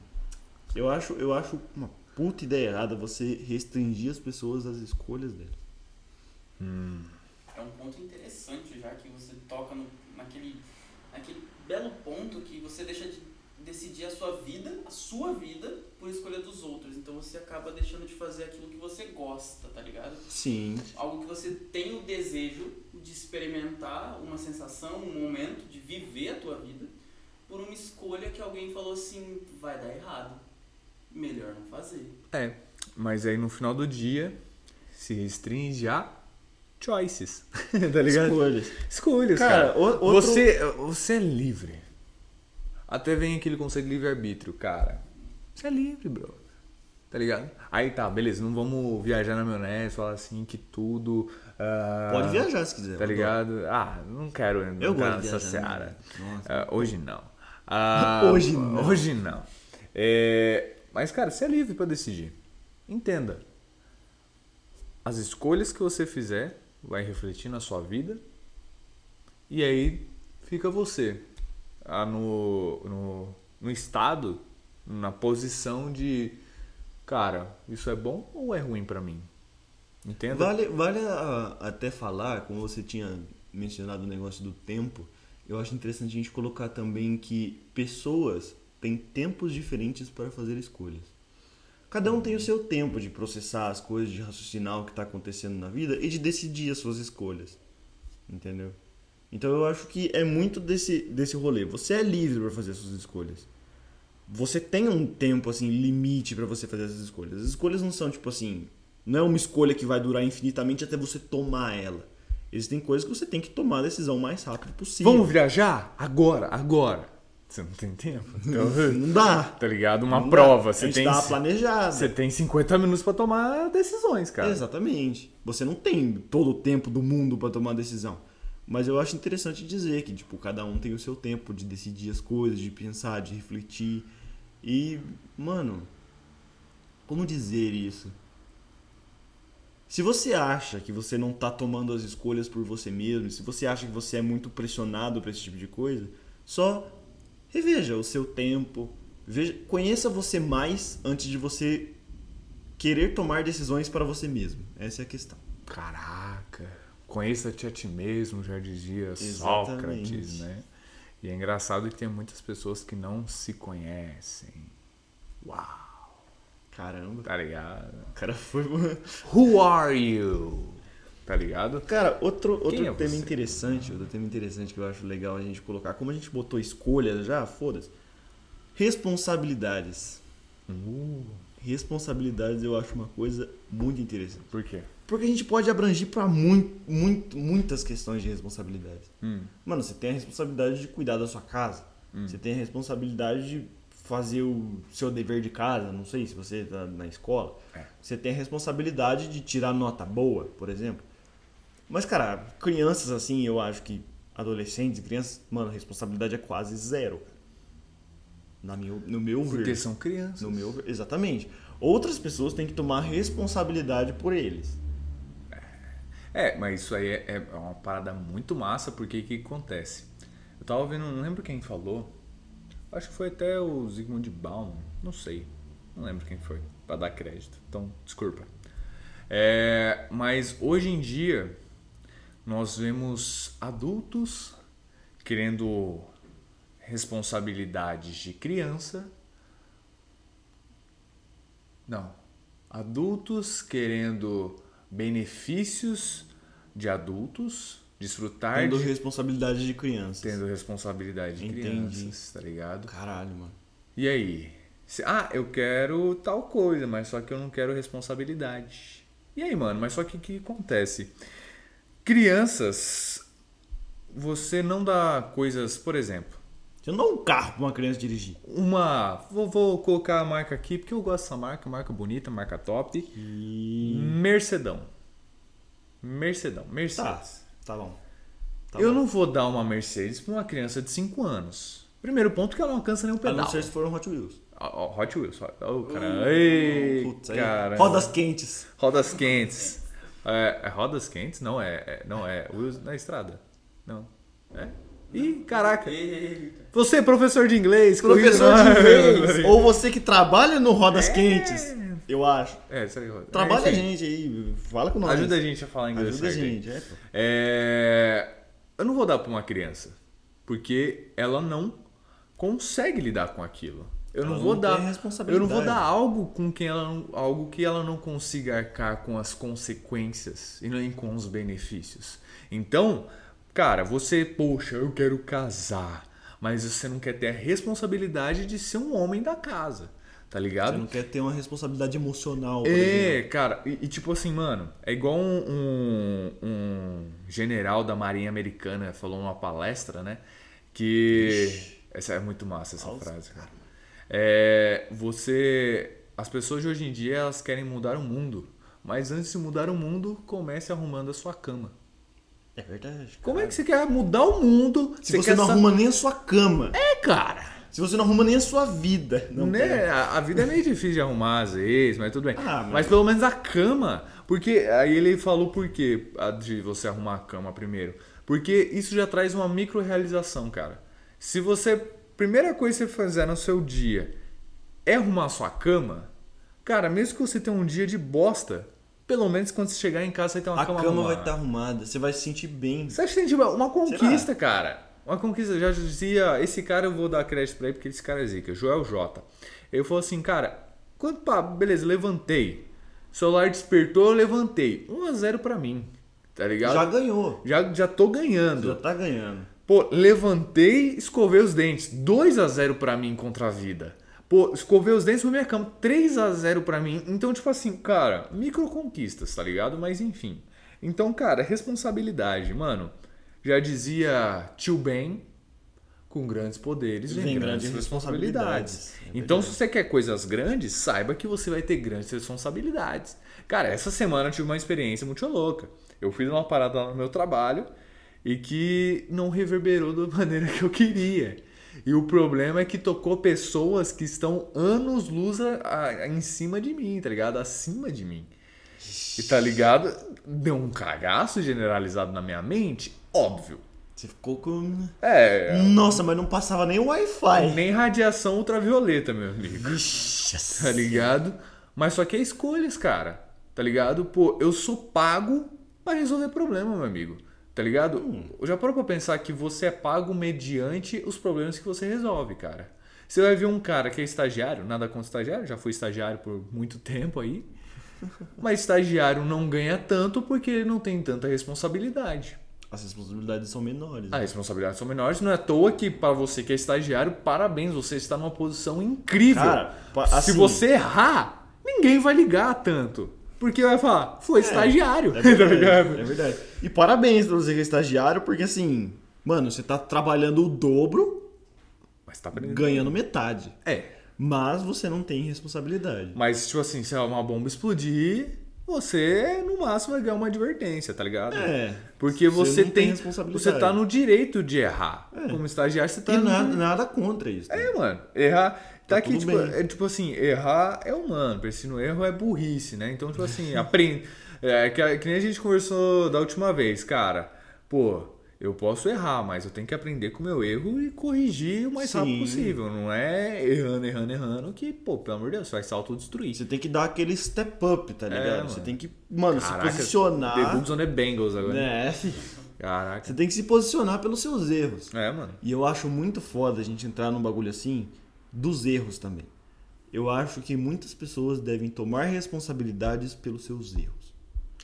B: Eu, acho, eu acho uma puta ideia errada você restringir as pessoas às escolhas delas.
A: Hum.
C: É um ponto interessante já que você toca no, naquele, naquele belo ponto que você deixa de decidir a sua vida, a sua vida, por escolha dos outros. Então você acaba deixando de fazer aquilo que você gosta, tá ligado?
B: Sim.
C: Algo que você tem o desejo de experimentar, uma sensação, um momento, de viver a tua vida, por uma escolha que alguém falou assim, vai dar errado. Melhor não fazer.
A: É, mas aí no final do dia se restringe a choices. tá ligado?
B: Escolhas.
A: Escolhas, cara.
B: Cara, o- outro-
A: Você, você é livre. Até vem aquele conceito de livre-arbítrio, cara. Você é livre, bro. Tá ligado? Aí tá, beleza, não vamos viajar na maionese, falar assim que tudo. ah,
B: Pode viajar se quiser.
A: Tá
B: eu
A: ligado? Ah, não quero entrar
B: Eu gosto de
A: nessa
B: viajar,
A: seara.
B: né? Nossa.
A: Ah, hoje não. Ah,
B: Hoje não.
A: Hoje não. É, mas, cara, você é livre pra decidir. Entenda. As escolhas que você fizer vai refletir na sua vida. E aí fica você ah, no, no, no estado, na posição de, cara, isso é bom ou é ruim pra mim? Entenda?
B: Vale, vale a- até falar, como você tinha mencionado o negócio do tempo, eu acho interessante a gente colocar também que pessoas têm tempos diferentes para fazer escolhas. Cada um tem o seu tempo de processar as coisas, de raciocinar o que está acontecendo na vida e de decidir as suas escolhas. Entendeu? Então eu acho que é muito desse, desse rolê. Você é livre para fazer as suas escolhas. Você tem um tempo, assim, limite para você fazer essas escolhas. As escolhas não são, tipo assim, não é uma escolha que vai durar infinitamente até você tomar ela. Existem coisas que você tem que tomar a decisão o mais rápido possível.
A: Vamos viajar? Agora, agora. Você não tem tempo? Então,
B: Não dá.
A: tá ligado? Uma
B: Não dá.
A: prova.
B: a
A: Você
B: gente
A: tem,
B: tava planejado.
A: você tem 50 minutos pra tomar decisões, cara.
B: Exatamente. Você não tem todo o tempo do mundo para tomar decisão. Mas eu acho interessante dizer que, tipo, cada um tem o seu tempo de decidir as coisas, de pensar, de refletir. E, mano, como dizer isso? Se você acha que você não tá tomando as escolhas por você mesmo, se você acha que você é muito pressionado pra esse tipo de coisa, só reveja o seu tempo, veja, conheça você mais antes de você querer tomar decisões para você mesmo. Essa é a questão.
A: Caraca. Conheça-te a ti mesmo, já dizia
B: Exatamente.
A: Sócrates, né? E é engraçado que tem muitas pessoas que não se conhecem. Uau,
B: Caramba.
A: tá ligado?
B: O cara foi.
A: Who are you? Tá ligado?
B: Cara, outro, outro
A: é
B: tema
A: você?
B: interessante, outro tema interessante que eu acho legal a gente colocar. Como a gente botou escolhas já, foda-se. Responsabilidades.
A: Uh,
B: Responsabilidades eu acho uma coisa muito interessante.
A: por quê?
B: Porque a gente pode abrangir para muito, muito, muitas questões de responsabilidades.
A: Hum,
B: Mano, você tem a responsabilidade de cuidar da sua casa. Você tem a responsabilidade de fazer o seu dever de casa, não sei se você tá na escola.
A: É.
B: Você tem a responsabilidade de tirar nota boa, por exemplo. Mas, cara, crianças assim, eu acho que adolescentes, crianças, mano, a responsabilidade é quase zero. Na minha, no meu ver.
A: Porque são crianças.
B: No meu ver, exatamente. Outras pessoas têm que tomar responsabilidade por eles.
A: É, mas isso aí é, é uma parada muito massa, porque o que que acontece? Eu tava ouvindo, não lembro quem falou, acho que foi até o Zygmunt Baum, não sei, não lembro quem foi, pra dar crédito, então desculpa. É, mas hoje em dia, nós vemos adultos querendo responsabilidades de criança. Não. Adultos querendo benefícios de adultos, desfrutar
B: Tendo
A: de
B: responsabilidade de crianças.
A: tendo responsabilidade de
B: Entendi.
A: crianças, tá ligado?
B: Caralho, mano.
A: E aí? Se- Ah, eu quero tal coisa, mas só que eu não quero responsabilidade. E aí, mano? Mas só que o que acontece? Crianças, você não dá coisas, por exemplo,
B: Você não dá um carro pra uma criança dirigir.
A: uma. Vou, vou colocar a marca aqui porque eu gosto dessa marca, marca bonita, marca top.
B: E.
A: Mercedão. Mercedão, Mercedes.
B: Tá bom. Tá
A: eu
B: bom.
A: não vou dar uma Mercedes pra uma criança de 5 anos. Primeiro ponto que ela não alcança nem o
B: A
A: pedal.
B: não ser se for um Hot Wheels.
A: Ó, ó, Hot Wheels. Hot... Oh, cara. Ei,
B: Putz, aí.
A: cara.
B: Rodas quentes.
A: Rodas quentes. É, é rodas quentes? Não, é, é- Não, é Wheels na estrada. Não. É? Ih, caraca.
C: Eita.
A: Você, professor de inglês. corrida- né?
B: Professor de inglês. ou você que trabalha no Rodas
A: É.
B: Quentes. Eu acho.
A: É, isso aí, roda.
B: Trabalha a
A: Enfim,
B: gente aí. Fala com nós.
A: Ajuda a gente a falar inglês.
B: Ajuda a
A: certo aí.
B: gente. É, pô.
A: É, Eu não vou dar pra uma criança. Porque ela não consegue lidar com aquilo. Eu não
B: Ela
A: vou
B: não
A: dar.
B: tem
A: eu não
B: responsabilidade.
A: vou dar algo com quem ela não, algo que ela não consiga arcar com as consequências e nem com os benefícios. Então, cara, você, poxa, eu quero casar, mas você não quer ter a responsabilidade de ser um homem da casa, tá ligado?
B: Você não quer ter uma responsabilidade emocional. por exemplo.
A: É, cara, e, e tipo assim, mano, é igual um, um- um general da Marinha Americana falou numa palestra, né? Que. Essa é muito massa essa
B: Nossa,
A: frase, cara. É, você. As pessoas de hoje em dia elas querem mudar o mundo. Mas antes de mudar o mundo, comece arrumando a sua cama.
B: É verdade.
A: Como é que você quer mudar o mundo?
B: Se você
A: quer
B: não
A: sa-
B: arruma nem a sua cama.
A: É, cara.
B: Se você não arruma nem a sua vida. Não quer.
A: né? A, a vida é meio difícil de arrumar às vezes, mas tudo bem.
B: Ah,
A: mas...
B: mas-
A: pelo menos a cama. Porque aí ele falou por quê a de você arrumar a cama primeiro. Porque isso já traz uma micro realização, cara. Se você. Primeira coisa que você fizer no seu dia é arrumar a sua cama, cara, mesmo que você tenha um dia de bosta, pelo menos quando você chegar em casa você tem uma
B: A
A: cama
B: cama
A: arrumada.
B: vai tá estar arrumada. Você vai se sentir bem.
A: Você acha que tem tipo, uma conquista, cara? Uma conquista. Já dizia. Esse cara eu vou dar crédito pra ele porque esse cara é zica. Joel J. Ele falou assim, cara. Quando, pá, beleza, levantei. Solar despertou, eu levantei. 1x0 pra mim. Tá
B: Já
A: ligado?
B: ganhou.
A: Já, já, tô
B: Já
A: ganhando.
B: tá ganhando.
A: Pô, levantei, escovei os dentes. 2x0 pra mim contra a vida. Pô, escovei os dentes pra minha cama. 3x0 pra mim. Então, tipo assim, cara, micro conquistas, tá ligado? Mas enfim. Então, cara, responsabilidade, mano. Já dizia tio Ben, com grandes poderes vem,
B: Vem
A: grandes,
B: grandes
A: responsabilidades.
B: responsabilidades. É
A: então, se
B: verdade.
A: você quer coisas grandes, saiba que você vai ter grandes responsabilidades. Cara, essa semana eu tive uma experiência muito louca. Eu fiz uma parada lá no meu trabalho e que não reverberou da maneira que eu queria. E o problema é que tocou pessoas que estão anos luz a- a- em cima de mim, tá ligado? Acima de mim. E tá ligado? Deu um cagaço generalizado na minha mente? Óbvio.
B: Você ficou com.
A: É,
B: Nossa, mas não passava nem o Wi-Fi.
A: nem radiação ultravioleta, meu amigo.
B: Vixe,
A: Tá ligado? Mas só que é escolhas, cara. Tá ligado? Pô, eu sou pago pra resolver problema, meu amigo. Tá ligado? Já parou pra pensar que você é pago mediante os problemas que você resolve, cara. Você vai ver um cara que é estagiário, nada contra estagiário, já fui estagiário por muito tempo aí. Mas estagiário não ganha tanto porque ele não tem tanta responsabilidade.
B: As responsabilidades são menores.
A: Ah, As responsabilidades são menores, não é à toa que para você que é estagiário, parabéns, você está numa posição incrível.
B: Cara, pa-
A: Se
B: assim-
A: você errar, ninguém vai ligar tanto. Porque vai falar, foi estagiário.
B: É
A: tá
B: verdade,
A: ligado?
B: é verdade. E parabéns pra você que é estagiário, porque assim, mano, você tá trabalhando o dobro,
A: Mas tá aprendendo.
B: ganhando metade.
A: É.
B: Mas você não tem responsabilidade.
A: Mas, tipo assim, se uma bomba é explodir, você no máximo vai ganhar uma advertência, tá ligado?
B: É.
A: Porque
B: você
A: você,
B: não tem
A: tem,
B: responsabilidade. É.
A: você tá no direito de errar. Como estagiário, você tá
B: E
A: no
B: nada, nada contra isso. tá?
A: É, mano, errar. Tá,
B: Tá
A: aqui,
B: tudo
A: tipo,
B: bem.
A: é, tipo assim, errar é humano, porque no erro é burrice, né? Então, tipo assim, aprende. É que, que nem a gente conversou da última vez, cara. Pô, eu posso errar, mas eu tenho que aprender com o meu erro e corrigir o mais rápido
B: Sim.
A: possível. Não é errando, errando, errando, que, pô, pelo amor de Deus, você vai se autodestruir.
B: Você tem que dar aquele step up, tá ligado?
A: É, mano.
B: Você tem que, mano,
A: Caraca,
B: se posicionar.
A: The Bulls on the Bengals agora.
B: Né? fi?
A: Caraca.
B: Você tem que se posicionar pelos seus erros.
A: É, mano.
B: E eu acho muito foda a gente entrar num bagulho assim dos erros também. Eu acho que muitas pessoas devem tomar responsabilidades pelos seus erros.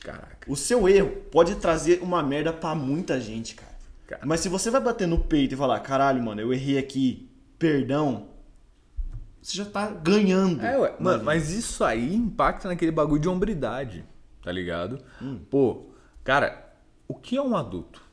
A: Caraca.
B: O seu erro pode trazer uma merda pra muita gente, cara.
A: Cara.
B: Mas se você vai bater no peito e falar, caralho, mano, eu errei aqui, perdão, você já tá ganhando.
A: É, ué.
B: na
A: Mano,
B: vida.
A: mas isso aí impacta naquele bagulho de hombridade, tá ligado?
B: Hum.
A: Pô, cara, o que é um adulto?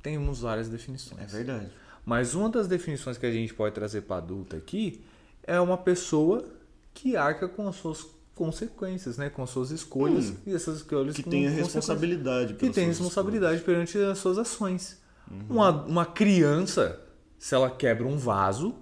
A: Temos várias definições.
B: É verdade.
A: Mas uma das definições que a gente pode trazer para adulto aqui é uma pessoa que arca com as suas consequências, né? Com as suas escolhas e essas escolhas
B: Hum. Que
A: com
B: tem a
A: consequências.
B: responsabilidade.
A: Que
B: pelas
A: tem
B: suas
A: responsabilidade Uhum. perante as suas ações. Uma, uma criança, se ela quebra um vaso,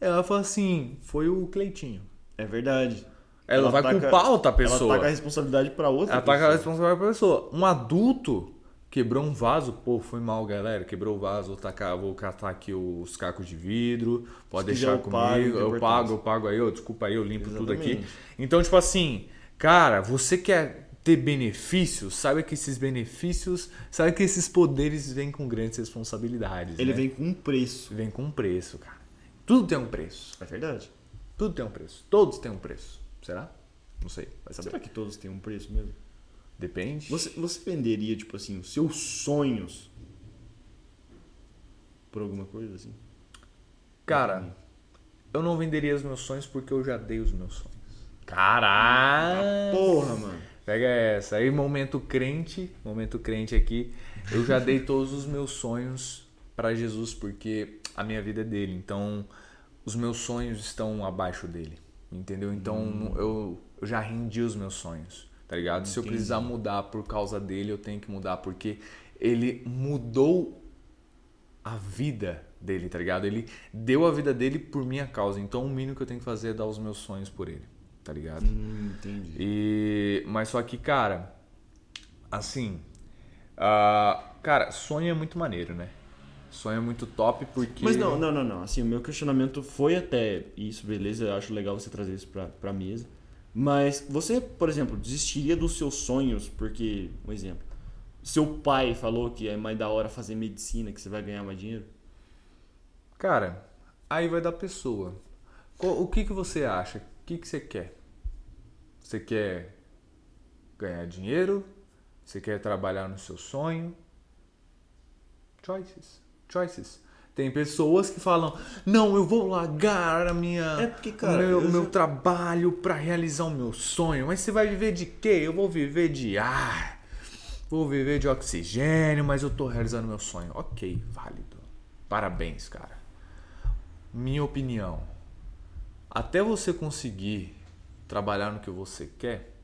A: ela fala assim: foi o Cleitinho.
B: escolhas. É verdade.
A: Ela vai
B: taca-
A: culpar outra pessoa.
B: Ela taca a responsabilidade pra outra
A: Ela paga a
B: pessoa.
A: responsabilidade pra pessoa. Um adulto quebrou um vaso, pô, foi mal, galera. Quebrou o vaso, vou, tacar, vou catar aqui os cacos de vidro, pode
B: Se
A: deixar
B: quiser, eu
A: comigo.
B: pago, não tem
A: eu
B: importância.
A: pago, eu pago aí, eu, desculpa aí, eu limpo tudo aqui.
B: Exatamente.
A: Então, tipo assim, cara, você quer ter benefícios, sabe que esses benefícios, sabe que esses poderes vêm com grandes responsabilidades.
B: Ele
A: né?
B: vem com um preço.
A: vem com um preço, cara. Tudo tem um preço.
B: É verdade.
A: Tudo tem um preço. Todos têm um preço. Será? Não sei. Vai saber.
B: Será que todos têm um preço mesmo?
A: Depende.
B: Você, você venderia, tipo assim, os seus sonhos por alguma coisa assim?
A: Cara, eu não venderia os meus sonhos porque eu já dei os meus sonhos. Caralho!
B: Porra, mano.
A: Pega essa. Aí, momento crente. Momento crente aqui. Eu já dei todos os meus sonhos pra Jesus porque a minha vida é dele. Então, os meus sonhos estão abaixo dele. Entendeu? Então, eu, eu já rendi os meus sonhos. Tá ligado? Se eu precisar mudar por causa dele, eu tenho que mudar porque ele mudou a vida dele, tá ligado? Ele deu a vida dele por minha causa. Então, o mínimo que eu tenho que fazer é dar os meus sonhos por ele, tá ligado?
B: Hum, entendi.
A: E mas só que, cara, assim, ah, cara, sonho é muito maneiro, né? Sonho é muito top porque
B: Mas não, não, não, não. Assim, o meu questionamento foi até isso, beleza. Eu acho legal você trazer isso pra, pra mesa. Mas você, por exemplo, desistiria dos seus sonhos porque, um exemplo, seu pai falou que é mais da hora fazer medicina, que você vai ganhar mais dinheiro?
A: Cara, aí vai da pessoa. Co- O que, que você acha? O que, que você quer? Você quer ganhar dinheiro? Você quer trabalhar no seu sonho? Choices. Choices. Tem pessoas que falam, não, eu vou largar a minha,
B: É porque, cara,
A: meu,
B: eu
A: meu
B: já-
A: trabalho pra realizar o meu sonho. Mas você vai viver de quê? Eu vou viver de ar, vou viver de oxigênio, mas eu tô realizando meu sonho. Ok, válido. Parabéns, cara. Minha opinião. Até você conseguir trabalhar no que você quer,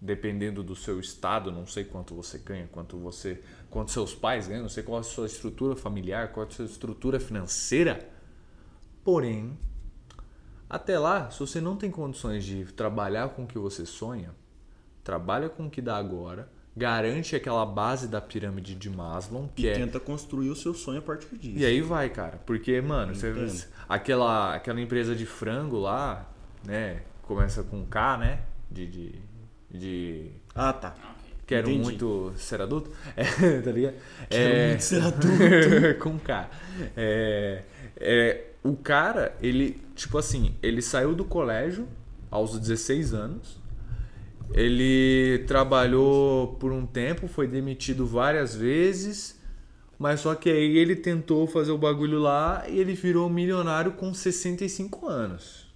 A: dependendo do seu estado, não sei quanto você ganha, quanto você, quanto seus pais ganham, não sei qual é a sua estrutura familiar, qual é a sua estrutura financeira. Porém, até lá, se você não tem condições de trabalhar com o que você sonha, trabalha com o que dá agora, garante aquela base da pirâmide de Maslow, que
B: E
A: é
B: tenta construir o seu sonho a partir disso.
A: e aí vai, cara. Porque, mano, você,
B: Entendo.
A: aquela, aquela empresa de frango lá, né? Começa com K, né? De. de, de-
B: Ah, tá.
C: Ok.
A: quero
B: Entendi.
A: muito ser adulto. É, tá ligado?
B: Quero
A: É,
B: muito ser adulto.
A: com K. É, é, o cara, ele, tipo assim, ele saiu do colégio aos 16 anos. Ele trabalhou por um tempo, foi demitido várias vezes, mas só que aí ele tentou fazer o bagulho lá e ele virou milionário com 65 anos.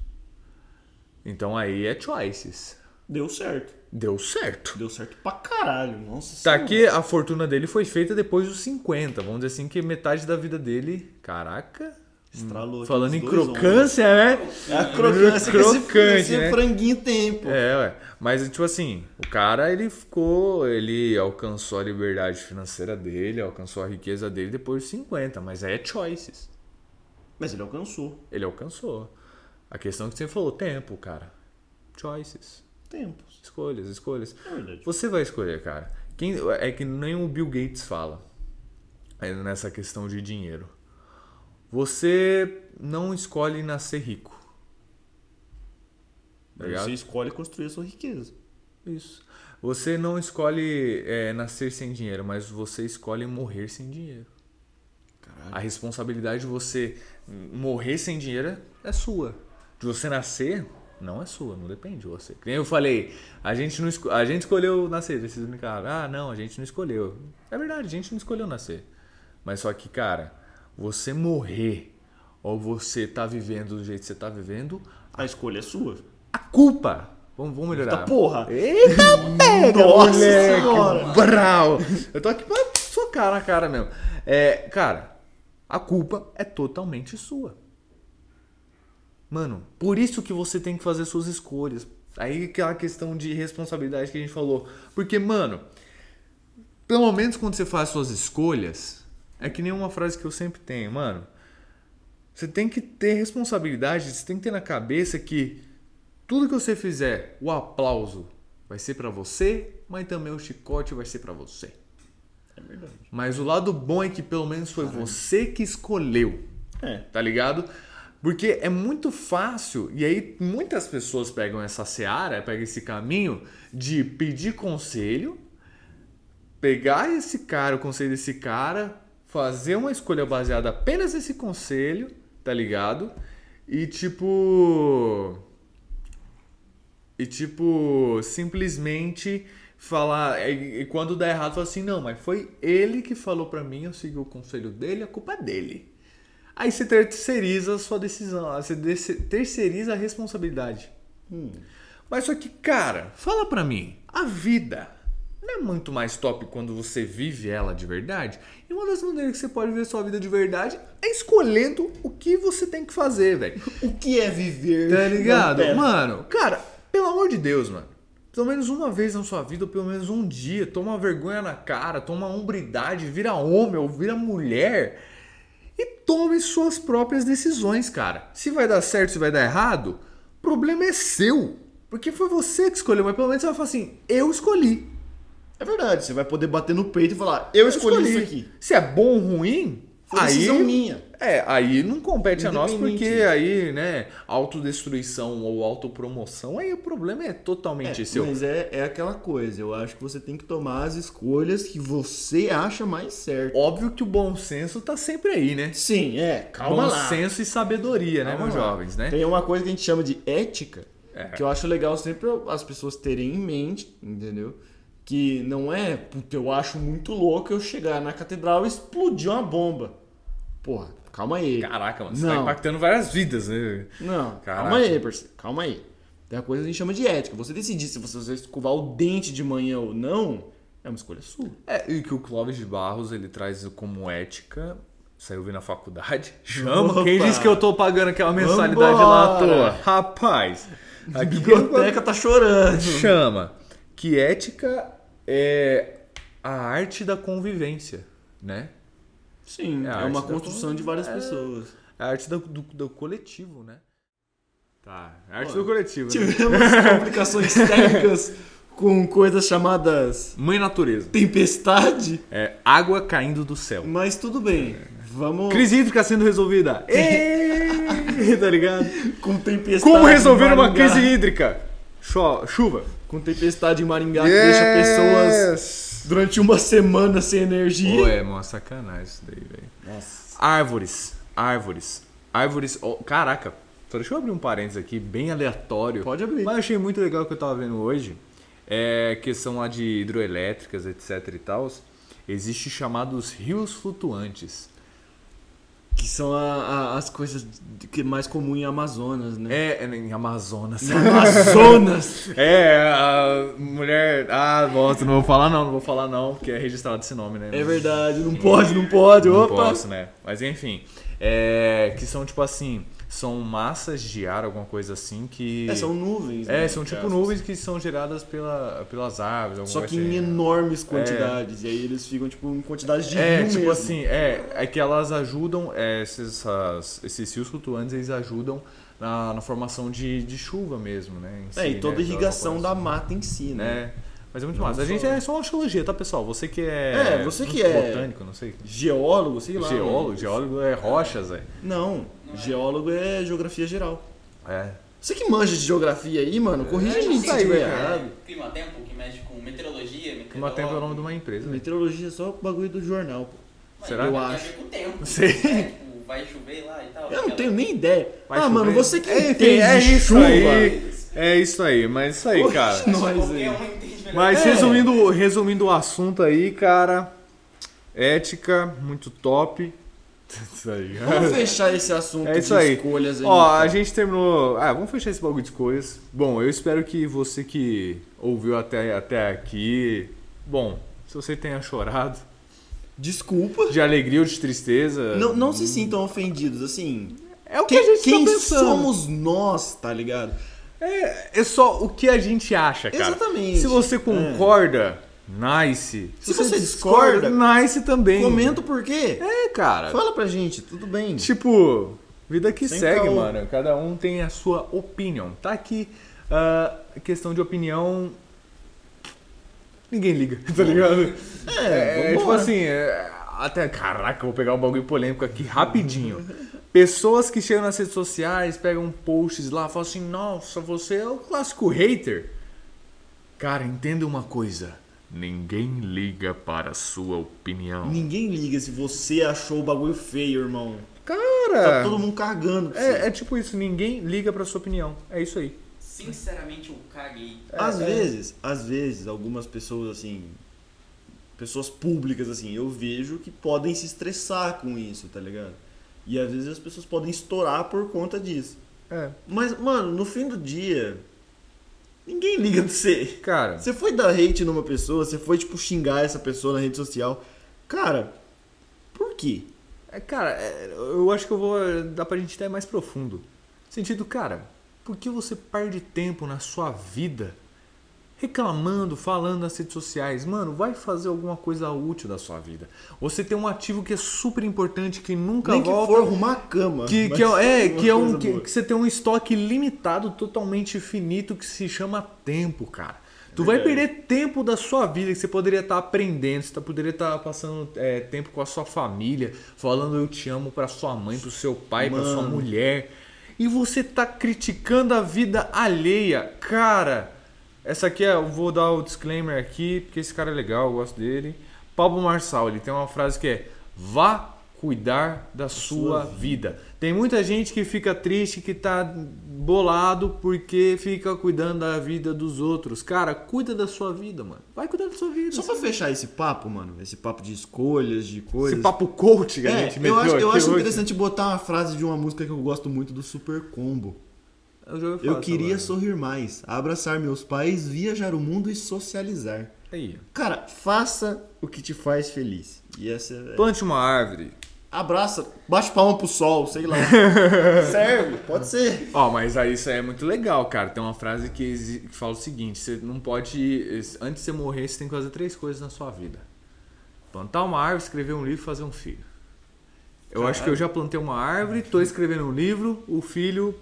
A: Então aí é choices.
B: Deu certo.
A: Deu certo.
B: Deu certo pra caralho. Nossa
A: Tá
B: senhora.
A: aqui, a fortuna dele foi feita depois dos 50. Vamos dizer assim que metade da vida dele. Caraca.
B: Estralou. aqui
A: Falando
B: os
A: em
B: dois
A: crocância, né?
B: ombros. É a crocância que esse-
A: Crocante,
B: esse
A: né?
B: franguinho tem, pô.
A: É, ué. Mas, tipo assim, o cara, ele ficou. Ele alcançou a liberdade financeira dele, alcançou a riqueza dele depois dos 50, mas aí é choices.
B: Mas ele alcançou.
A: Ele alcançou. A questão é que você falou, tempo, cara. Choices.
B: Tempos.
A: Escolhas, escolhas.
B: É verdade.
A: Você vai escolher, cara. Quem, é que nem o Bill Gates fala é, nessa questão de dinheiro. Você não escolhe nascer rico. Tá ligado?
B: Você escolhe construir a sua riqueza.
A: Isso. Você não escolhe é, nascer sem dinheiro, mas você escolhe morrer sem dinheiro.
B: Caralho.
A: A responsabilidade de você morrer sem dinheiro é sua. De você nascer, não é sua, não depende de você. Que nem eu falei, a gente, não esco- a gente escolheu nascer, vocês brincaram. Ah, não, a gente não escolheu. É verdade, a gente não escolheu nascer. Mas só que, cara, você morrer ou você tá vivendo do jeito que você tá vivendo,
B: A escolha é sua.
A: a culpa. Vamos, vamos melhorar.
B: Eita porra.
A: Eita, pega,
B: Nossa
A: moleque.
B: senhora.
A: Brau. Eu tô aqui pra socar na cara mesmo. É, cara, a culpa é totalmente sua. Mano, por isso que você tem que fazer suas escolhas. Aí aquela questão de responsabilidade que a gente falou. Porque, mano, pelo menos quando você faz suas escolhas, é que nem uma frase que eu sempre tenho, mano. Você tem que ter responsabilidade, você tem que ter na cabeça que tudo que você fizer, o aplauso vai ser pra você, mas também o chicote vai ser pra você.
B: É verdade.
A: Mas o lado bom é que pelo menos foi você que escolheu
B: É.
A: tá ligado? Porque é muito fácil, e aí muitas pessoas pegam essa seara, pegam esse caminho de pedir conselho, pegar esse cara, o conselho desse cara, fazer uma escolha baseada apenas nesse conselho, tá ligado? E tipo. E tipo, simplesmente falar. E, e quando dá errado, fala assim: não, mas foi ele que falou pra mim, eu segui o conselho dele, a culpa é dele. Aí você terceiriza a sua decisão, ah, você desse- terceiriza a responsabilidade. Mas só que, cara, fala pra mim, a vida não é muito mais top quando você vive ela de verdade? E uma das maneiras que você pode viver sua vida de verdade é escolhendo o que você tem que fazer, velho.
B: O que é viver?
A: Tá ligado?
B: Não, pera.
A: Mano, cara, pelo amor de Deus, mano. Pelo menos uma vez na sua vida, ou pelo menos um dia, toma vergonha na cara, toma hombridade, vira homem ou vira mulher e tome suas próprias decisões, cara. Se vai dar certo, se vai dar errado, o problema é seu. Porque foi você que escolheu, mas pelo menos você vai falar assim: eu escolhi.
B: É verdade. Você vai poder bater no peito e falar, eu escolhi, isso aqui.
A: Se é bom ou ruim,
B: Foi
A: aí
B: decisão minha.
A: é, aí não compete a nós porque
B: Independente.
A: aí, né, autodestruição ou autopromoção, aí o problema é totalmente seu.
B: Mas é, é aquela coisa. Eu acho que você tem que tomar as escolhas que você acha mais certo.
A: Óbvio que o bom senso tá sempre aí, né?
B: Sim, é. Calma
A: bom
B: lá.
A: senso e sabedoria, né,
B: Calma
A: meus
B: lá.
A: jovens, né?
B: Tem uma coisa que a gente chama de ética,
A: É.
B: que eu acho legal sempre as pessoas terem em mente, entendeu? Que não é, puta, eu acho muito louco eu chegar na catedral e explodir uma bomba. Porra, calma aí.
A: Caraca, mano, você tá
B: não,
A: impactando várias vidas, né?
B: Não,
A: Caraca.
B: calma aí, parceiro, calma aí. Tem uma coisa que a gente chama de ética. Você decidir se você vai escovar o dente de manhã ou não, é uma escolha sua.
A: É, e que o Clóvis de Barros, ele traz como ética, saiu vi na faculdade, chama, quem
B: Opa!
A: disse que eu tô pagando aquela mensalidade lá à toa?
B: Vambora!
A: Rapaz,
B: A
A: aqui
B: biblioteca tá chorando.
A: chama que ética é a arte da convivência, né?
B: Sim,
A: É
B: é,
A: a
B: uma
A: arte da
B: construção de várias
A: É.
B: pessoas.
A: A arte do, do- do coletivo, né? Tá, a arte
B: Olha,
A: do coletivo. Né?
B: Tivemos complicações técnicas com coisas chamadas
A: Mãe natureza.
B: tempestade,
A: É água caindo do céu.
B: mas tudo bem. Vamos
A: Crise hídrica sendo resolvida. Ê, tá ligado?
B: com tempestade.
A: Como
B: em
A: resolver uma
B: Maringá.
A: crise hídrica? Cho- chuva.
B: Com tempestade em Maringá que deixa pessoas durante uma semana sem energia.
A: Pô, é, mano, sacanagem isso daí, velho.
B: Nossa.
A: Árvores, árvores, árvores. ó, caraca, só deixa eu abrir um parênteses aqui, bem aleatório.
B: Pode abrir.
A: Mas eu achei muito legal o que eu tava vendo hoje. É questão lá de hidroelétricas, etc e tal. Existe chamados rios flutuantes.
B: Que são a- a- as coisas que é mais comum em Amazonas, né?
A: É, é em Amazonas.
B: Amazonas!
A: É, a mulher. Ah, nossa, não vou falar não, não vou falar não, porque é registrado esse nome, né?
B: é verdade, não pode, não pode,
A: Não
B: opa!
A: posso, né? Mas enfim. é, que são tipo assim, são massas de ar, alguma coisa assim que...
B: É, são nuvens.
A: É,
B: né,
A: são
B: entre
A: tipo
B: aspas.
A: nuvens que são geradas pela, pelas aves. alguma
B: Só que
A: coisa
B: em
A: assim.
B: enormes quantidades. E aí eles ficam, tipo, em quantidades de
A: É,
B: rio
A: tipo
B: mesmo.
A: assim, é, é que elas ajudam, é, esses, essas- esses rios flutuantes, eles ajudam na, na formação de, de chuva mesmo, né? em
B: É,
A: si,
B: e toda
A: né,
B: a irrigação da
A: evaporação,
B: mata em si, né?
A: né? Mas é muito
B: Não
A: massa. A gente
B: só-
A: é só uma arqueologia, tá, pessoal? Você que é...
B: É, você que
A: muito
B: é-
A: Botânico, não sei.
B: Geólogo, sei lá.
A: geólogo,
B: mano.
A: geólogo é rochas, é.
B: Não, geólogo é geografia geral.
A: É.
B: Você que manja de geografia aí, mano, corrige a gente se
A: isso aí,
B: tiver
A: cara.
B: errado.
C: Clima Tempo, que mexe com meteorologia, meteorologia.
A: Clima Tempo é o nome de uma empresa. né?
B: Meteorologia é só o bagulho do jornal, pô.
A: Será?
B: Eu
C: Tem a
B: acho.
C: ver com o tempo.
A: Sei.
C: É, tipo, vai chover lá e tal.
B: Eu não
C: aquela-
B: tenho nem ideia.
A: é Vai
B: ah, mano,
A: chover.
B: você que
A: Enfim,
B: entende
A: é
B: de
A: isso
B: chuva.
A: aí. É isso aí, mas isso aí,
B: Corrige
A: cara.
B: nós aí.
C: Qualquer um entende melhor.
A: Mas
B: É.
A: resumindo, resumindo o assunto aí, cara, ética, muito top. Isso aí.
B: Vamos fechar esse assunto
A: É isso
B: de
A: aí.
B: escolhas aí.
A: Ó, a
B: então.
A: gente terminou. Ah, vamos fechar esse bagulho de escolhas. Bom, eu espero que você que ouviu até, até aqui. Bom, se você tenha chorado
B: Desculpa.
A: de alegria ou de tristeza.
B: Não, não se sintam ofendidos, assim.
A: É o que a
B: Quem,
A: gente
B: quem
A: tá pensando.
B: somos nós, tá ligado?
A: É, é só o que a gente acha, cara.
B: Exatamente.
A: Se você
B: É.
A: concorda, nice.
B: Se você discorda,
A: nice também.
B: Comenta o porquê.
A: É, cara.
B: Fala pra gente, tudo bem.
A: Tipo, vida que
B: Sem
A: segue,
B: caô.
A: mano. Cada um tem a sua opinião. Tá aqui ah, questão de opinião. Ninguém liga, tá ligado?
B: É,
A: É, tipo
B: vambora.
A: assim, é, até caraca, eu vou pegar um bagulho polêmico aqui rapidinho. Pessoas que chegam nas redes sociais, pegam posts lá, falam assim: "Nossa, você é o clássico hater". Cara, entenda uma coisa. Ninguém liga para a sua opinião.
B: Ninguém liga se você achou o bagulho feio, irmão.
A: Cara,
B: Tá todo mundo cagando. pra você.
A: é, é tipo isso, ninguém liga pra sua opinião. É isso aí.
C: Sinceramente, eu caguei.
B: às
A: é.
B: vezes, às vezes, algumas pessoas assim. Pessoas públicas, assim, eu vejo que podem se estressar com isso, tá ligado? E às vezes as pessoas podem estourar por conta disso.
A: É.
B: Mas, mano, no fim do dia, ninguém liga pra você.
A: Cara,
B: Você foi dar hate numa pessoa, você foi, tipo, xingar essa pessoa na rede social. Cara, por quê?
A: é, cara, é, eu acho que eu vou. é, Dá pra gente ir até mais profundo. Sentido, cara, por que você perde tempo na sua vida reclamando, falando nas redes sociais? Mano, vai fazer alguma coisa útil da sua vida. Você tem um ativo que é super importante, que nunca
B: Nem que
A: volta.
B: for arrumar a cama.
A: Que,
B: mas
A: que é, é,
B: uma
A: que é um
B: coisa
A: que,
B: boa.
A: que você tem um estoque limitado, totalmente finito, que se chama tempo, cara. Tu vai
B: verdade.
A: perder tempo da sua vida que você poderia estar aprendendo, você tá- poderia estar passando é, tempo com a sua família, falando eu te amo pra sua mãe, pro seu pai, pra sua
B: Mano.
A: mulher. E você tá criticando a vida alheia. Cara, essa aqui é, eu vou dar o disclaimer aqui, porque esse cara é legal, eu gosto dele. Pablo Marçal, ele tem uma frase que é: vá cuidar da sua vida. Tem muita gente que fica triste, que tá bolado porque fica cuidando da vida dos outros. Cara, cuida da sua vida, mano. Vai cuidar da sua vida.
B: Só pra fechar esse papo, mano, esse papo de escolhas, de coisas.
A: Esse papo coach que a
B: é,
A: gente meteu
B: eu acho, eu
A: aqui
B: acho
A: hoje.
B: interessante botar uma frase de uma música que eu gosto muito do Super Combo.
A: Eu, já ouvi falar
B: Eu queria
A: essa
B: sorrir mais, abraçar meus pais, viajar o mundo e socializar.
A: palavra. Aí.
B: Cara, faça o que te faz feliz. E essa é...
A: Plante uma árvore.
B: Abraça, bate palma pro sol, sei lá. Serve, pode ser.
A: Ó, mas aí isso aí é muito legal, cara. Tem uma frase que, exi- que fala o seguinte: você não pode. Antes de você morrer, você tem que fazer três coisas na sua vida: plantar uma árvore, escrever um livro e fazer um filho. Eu acho que eu já plantei uma árvore, tô escrevendo um livro, o filho.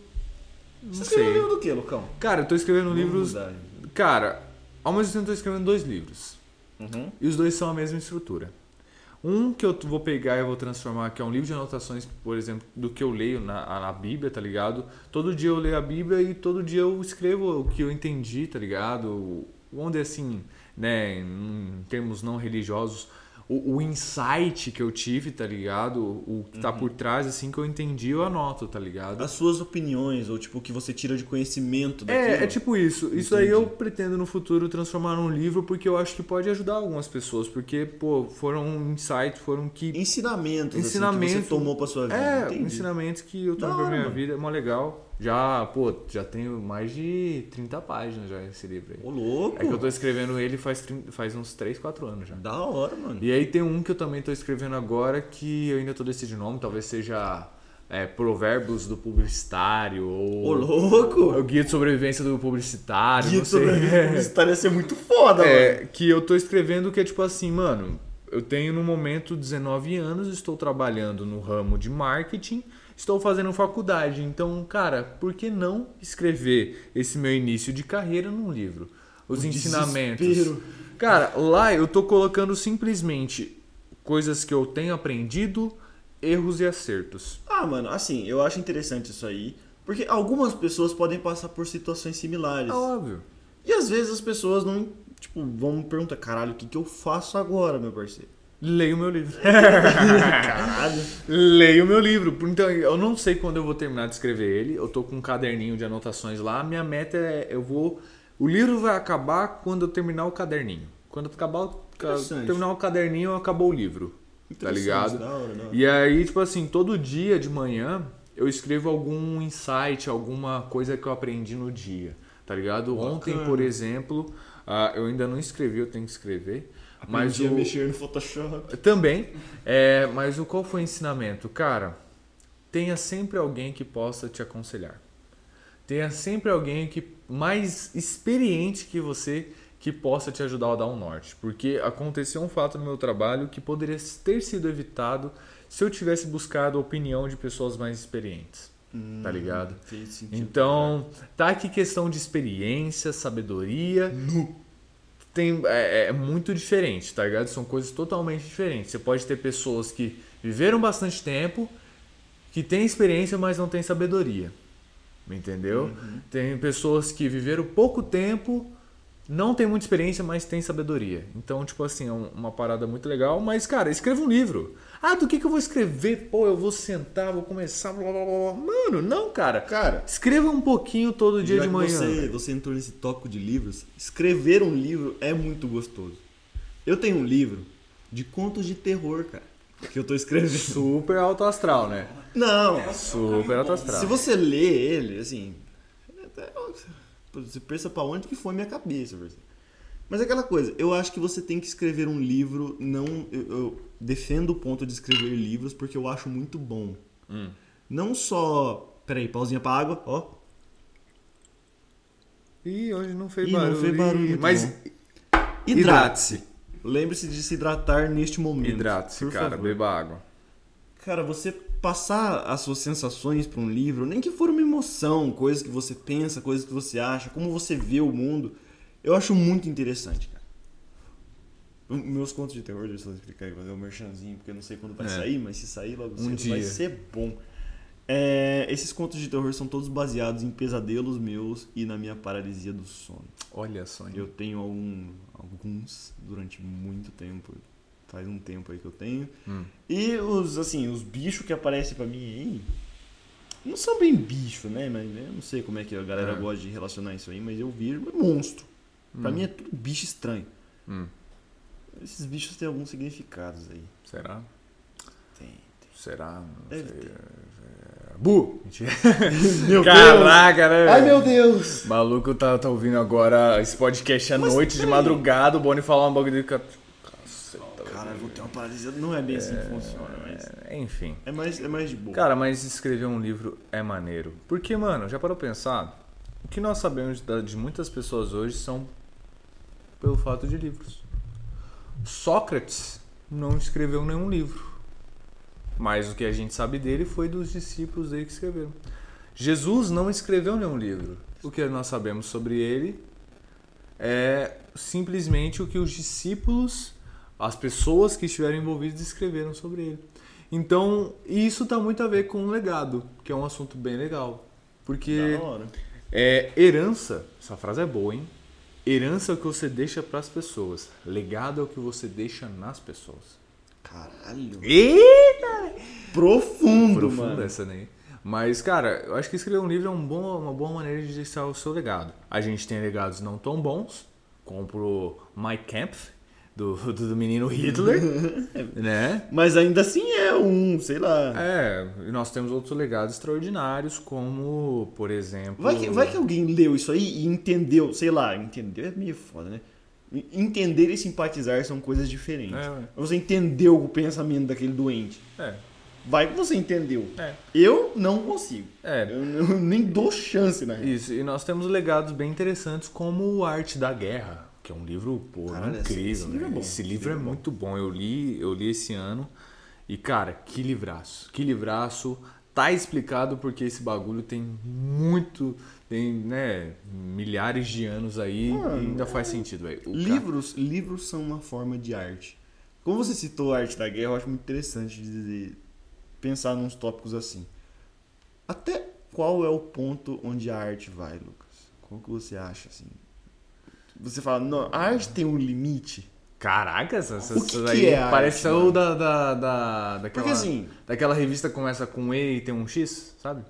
A: Não
B: Você
A: sei.
B: escreveu um do que, Lucão?
A: Cara, eu tô escrevendo livros.
B: Vamos
A: Cara, ao mesmo tempo eu tô escrevendo dois livros.
B: mudar. Uhum.
A: E os dois são a mesma estrutura. Um que eu t- vou pegar e vou transformar, que é um livro de anotações, por exemplo, do que eu leio na, na Bíblia, tá ligado? Todo dia eu leio a Bíblia e todo dia eu escrevo o que eu entendi, tá ligado? Onde, assim, né, em termos não religiosos, o, o insight que eu tive, tá ligado? O que tá por trás, assim, que eu entendi, eu anoto, tá ligado?
B: As suas opiniões, ou tipo, o que você tira de conhecimento daquilo.
A: É, é tipo isso. Isso aí
B: Entendi.
A: eu pretendo no futuro transformar num livro porque eu acho que pode ajudar algumas pessoas. Porque, pô, foram um insight, foram que.
B: ensinamentos, ensinamentos assim, que
A: Ensinamento-
B: você tomou pra sua vida.
A: É,
B: entendi.
A: ensinamentos que eu
B: Da
A: tomei pra
B: hora,
A: minha
B: mano.
A: vida, é mó legal. Já, pô, já tenho mais de 30 páginas já esse livro aí.
B: Ô, louco.
A: É que eu tô escrevendo ele faz, 30 faz uns 3, 4 anos já.
B: Da hora, mano.
A: E é aí tem um que eu também estou escrevendo agora que eu ainda estou decidindo o nome, talvez seja é, Provérbios do Publicitário ou
B: Ô, louco!
A: É o Guia de Sobrevivência do Publicitário.
B: Guia
A: não
B: de
A: sei.
B: sobrevivência publicitária ia ser muito foda,
A: É,
B: mano.
A: que eu tô escrevendo que é tipo assim, mano, eu tenho no momento 19 anos, estou trabalhando no ramo de marketing, estou fazendo faculdade. Então, cara, por que não escrever esse meu início de carreira num livro? Os
B: O
A: ensinamentos.
B: desespero.
A: Cara, lá eu tô colocando simplesmente coisas que eu tenho aprendido, erros e acertos.
B: Ah, mano, assim, eu acho interessante isso aí. Porque algumas pessoas podem passar por situações
A: É
B: similares.
A: óbvio.
B: E às vezes as pessoas não, tipo, vão me perguntar, caralho, o que, que eu faço agora, meu parceiro?
A: Leia o meu livro. Tá
B: Caralho.
A: Leio o meu livro. Então, eu não sei quando eu vou terminar de escrever ele. Eu tô com um caderninho de anotações lá. Minha meta é eu vou o livro vai acabar quando eu terminar o caderninho. Quando eu acabar o ca-
B: Interessante.
A: terminar o caderninho, acabou o livro. Tá ligado?
B: Da hora, da hora.
A: E aí, tipo assim, todo dia de manhã eu escrevo algum insight, alguma coisa que eu aprendi no dia, tá ligado? Ontem,
B: Bacana.
A: por exemplo, ah, eu ainda não escrevi, eu tenho que escrever. mas
B: Aprendi a
A: o-
B: mexer no Photoshop.
A: também. É, mas o qual foi o ensinamento? Cara, tenha sempre alguém que possa te aconselhar. Tenha sempre alguém que mais experiente que você que possa te ajudar a dar um norte. Porque aconteceu um fato no meu trabalho que poderia ter sido evitado se eu tivesse buscado a opinião de pessoas mais experientes. Tá ligado?
B: Fez sentido.
A: Então, tá aqui questão de experiência, sabedoria. Tem, é, é muito diferente, tá ligado? São coisas totalmente diferentes. Você pode ter pessoas que viveram bastante tempo, que têm experiência, mas não têm sabedoria. Entendeu?
B: Uhum.
A: Tem pessoas que viveram pouco tempo, não têm muita experiência, mas têm sabedoria. Então, tipo assim, é um- uma parada muito legal. Mas, cara, escreva um livro. Ah, do que, que eu vou escrever? Pô, eu vou sentar, vou começar, blá blá blá. blá. Mano, não, cara.
B: Cara,
A: Escreva um pouquinho todo dia
B: já
A: de
B: que
A: manhã.
B: Você, você entrou nesse tópico de livros. Escrever um livro é muito gostoso. Eu tenho um livro de contos de terror, cara. Que eu tô escrevendo.
A: Super alto astral, né?
B: Não!
A: Super alto astral.
B: Se você lê ele, assim. até- Você pensa pra onde que foi minha cabeça, parceiro. Mas é aquela coisa, eu acho que você tem que escrever um livro, não. Eu, eu defendo o ponto de escrever livros porque eu acho muito bom.
A: Hum.
B: Não só. Peraí, pausinha pra água, ó.
A: Ih, hoje não fez
B: Ih,
A: barulho. então.
B: não fez barulho. muito
A: Mas
B: bom. hidrate-se. Lembre-se de se hidratar neste momento.
A: hidrate-se,
B: por
A: cara.
B: favor.
A: Beba água.
B: Cara, você passar as suas sensações pra um livro, nem que for uma emoção, coisas que você pensa, coisas que você acha, como você vê o mundo, eu acho muito interessante, cara. O- Meus contos de terror, deixa eu explicar aí, fazer um merchanzinho, porque eu não sei quando vai
A: É.
B: sair, mas se sair logo
A: Um
B: cedo vai
A: dia.
B: ser bom. É, esses contos de terror são todos baseados em pesadelos meus e na minha paralisia do sono.
A: Olha só. hein?
B: Eu tenho algum- alguns durante muito tempo. Faz um tempo aí que eu tenho.
A: Hum.
B: E os, assim, os bichos que aparecem pra mim aí. Não são bem bicho, né? Mas né, eu não sei como é que a galera
A: É.
B: gosta de relacionar isso aí, mas eu vejo é monstro. Pra mim é tudo bicho estranho.
A: Hum.
B: Esses bichos têm alguns significados aí.
A: Será?
B: Tem.
A: Será? Não
B: Deve
A: sei.
B: ter.
A: É, Bu! Mentira.
B: Meu
A: Caraca, né?
B: Ai meu Deus!
A: Maluco tá, tá ouvindo agora esse podcast à noite, de madrugada. O Boni falar um bagulho de. ca- Caceta.
B: Cara, eu vou ter uma paralisia. Não é bem assim que funciona, mas.
A: velho. Enfim.
B: É mais, é mais de boa.
A: Cara, mas escrever um livro é maneiro. Porque, mano, já parou pra pensar? O que nós sabemos da- de muitas pessoas hoje são pelo fato de livros. Sócrates não escreveu nenhum livro. Mas o que a gente sabe dele foi dos discípulos dele que escreveram. Jesus não escreveu nenhum livro. O que nós sabemos sobre ele é simplesmente o que os discípulos, as pessoas que estiveram envolvidas, escreveram sobre ele. Então, isso tá muito a ver com o legado, que é um assunto bem legal. Porque
B: Da hora.
A: é, herança, essa frase é boa, hein? Herança é o que você deixa pras pessoas, legado é o que você deixa nas pessoas.
B: Caralho.
A: Eita!
B: Profundo,
A: Profunda
B: mano.
A: essa, né? Mas, cara, eu acho que escrever um livro é um bom- uma boa maneira de deixar o seu legado. A gente tem legados não tão bons, como pro Mike Kempf, do, do, do menino Hitler, né?
B: Mas ainda assim é um, sei lá.
A: É, e nós temos outros legados extraordinários, como, por exemplo...
B: Vai que, vai que alguém leu isso aí e entendeu, sei lá, entendeu é meio foda, né? Entender e simpatizar são coisas diferentes.
A: É, ué.
B: Você entendeu o pensamento daquele doente.
A: É.
B: Vai que você entendeu.
A: É.
B: Eu não consigo.
A: É.
B: Eu, eu nem dou chance, na real.
A: Isso, e nós temos legados bem interessantes como Arte da Guerra, que é um livro pô,
B: Caralho, esse-
A: incrível.
B: esse livro é
A: né?
B: bom.
A: Esse livro é muito bom. Eu li, eu li esse ano. E cara, que livraço. Que livraço. Tá explicado porque esse bagulho tem muito, tem, né, milhares de anos aí e ainda faz sentido, velho. O cara-
B: Livros, livros são uma forma de arte. Como você citou a arte da guerra, eu acho muito interessante dizer, pensar nos tópicos assim. Até qual é o ponto onde a arte vai, Lucas? Qual que você acha assim? Você fala, não, a arte tem um limite.
A: Caraca, essa, essa,
B: O que
A: essa
B: que
A: daí
B: é arte,
A: parece o
B: mano?
A: da, da, da, daquela,
B: Porque assim,
A: daquela revista que começa com E e tem um X, sabe?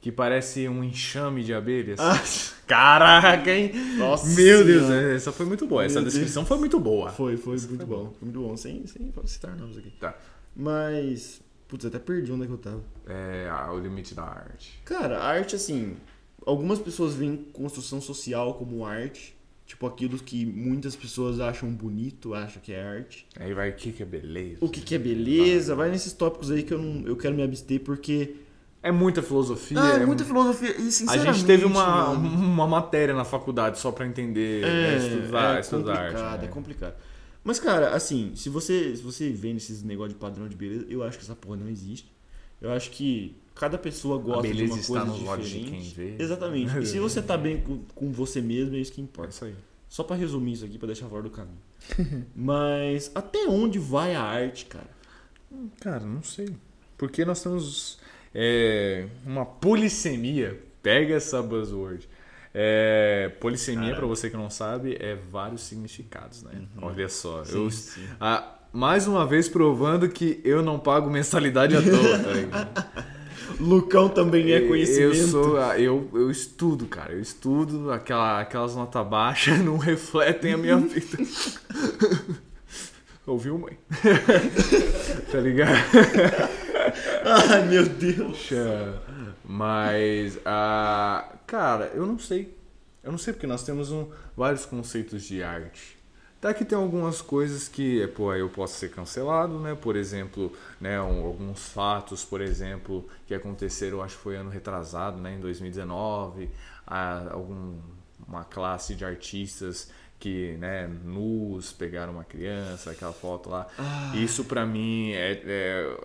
A: Que parece um enxame de abelhas.
B: ah,
A: Caraca, hein?
B: Nossa
A: Meu Deus,
B: Senhora.
A: essa foi muito boa. Essa
B: Meu
A: descrição foi muito boa.
B: né? foi, foi muito bom. Foi muito bom, sem, sem citar nomes aqui.
A: Tá.
B: Mas, putz, até perdi onde é que eu tava.
A: É, ah, o limite da arte.
B: Cara, a arte, assim, algumas pessoas veem construção social como arte, tipo aquilo que muitas pessoas acham bonito, acham que é arte.
A: Aí vai o que, que é beleza.
B: O que, que é beleza, vai nesses tópicos aí que eu, não, eu quero me abster, porque.
A: É muita filosofia.
B: Ah, é
A: é
B: Ah, muita
A: mu-
B: filosofia. E
A: A
B: sinceramente.
A: gente teve uma,
B: mano,
A: uma matéria na faculdade só pra entender, né, estudar,
B: é
A: estudar
B: complicado,
A: arte. né?
B: É complicado. Mas, cara, assim, se você, se você vê nesses negócios de padrão de beleza, eu acho que essa porra não existe. Eu acho que cada pessoa gosta de
A: beleza
B: uma
A: está
B: coisa
A: nos
B: diferente.
A: olhos de quem vê.
B: Exatamente. E se você tá bem com, com você mesmo, é isso que
A: É
B: importa.
A: isso aí.
B: Só pra resumir isso aqui, pra deixar fora do caminho. Mas até onde vai a arte, cara?
A: Cara, não sei. Porque nós temos é, uma polissemia. Pega essa buzzword. É, polissemia, pra você que não sabe, é vários significados, né?
B: Uhum.
A: Olha só. eu, Ah, mais uma vez provando que eu não pago mensalidade à toa, tá ligado?
B: Lucão também é conhecimento.
A: Eu sou. ah, Eu, eu estudo, cara. Eu estudo, aquela, aquelas notas baixas não refletem a minha vida. Ouviu, mãe? tá ligado?
B: Ai, meu Deus.
A: Poxa, Mas, ah, cara, eu não sei. Eu não sei porque nós temos um, vários conceitos de arte. Tá que tem algumas coisas que, eh, pô, aí eu posso ser cancelado, né? Por exemplo, né, um- alguns fatos, por exemplo, que aconteceram, acho que foi ano retrasado, né, em 2019, a, ah, algum, uma classe de artistas que, né, nus, pegaram uma criança, aquela foto lá.
B: Ah.
A: Isso pra mim é,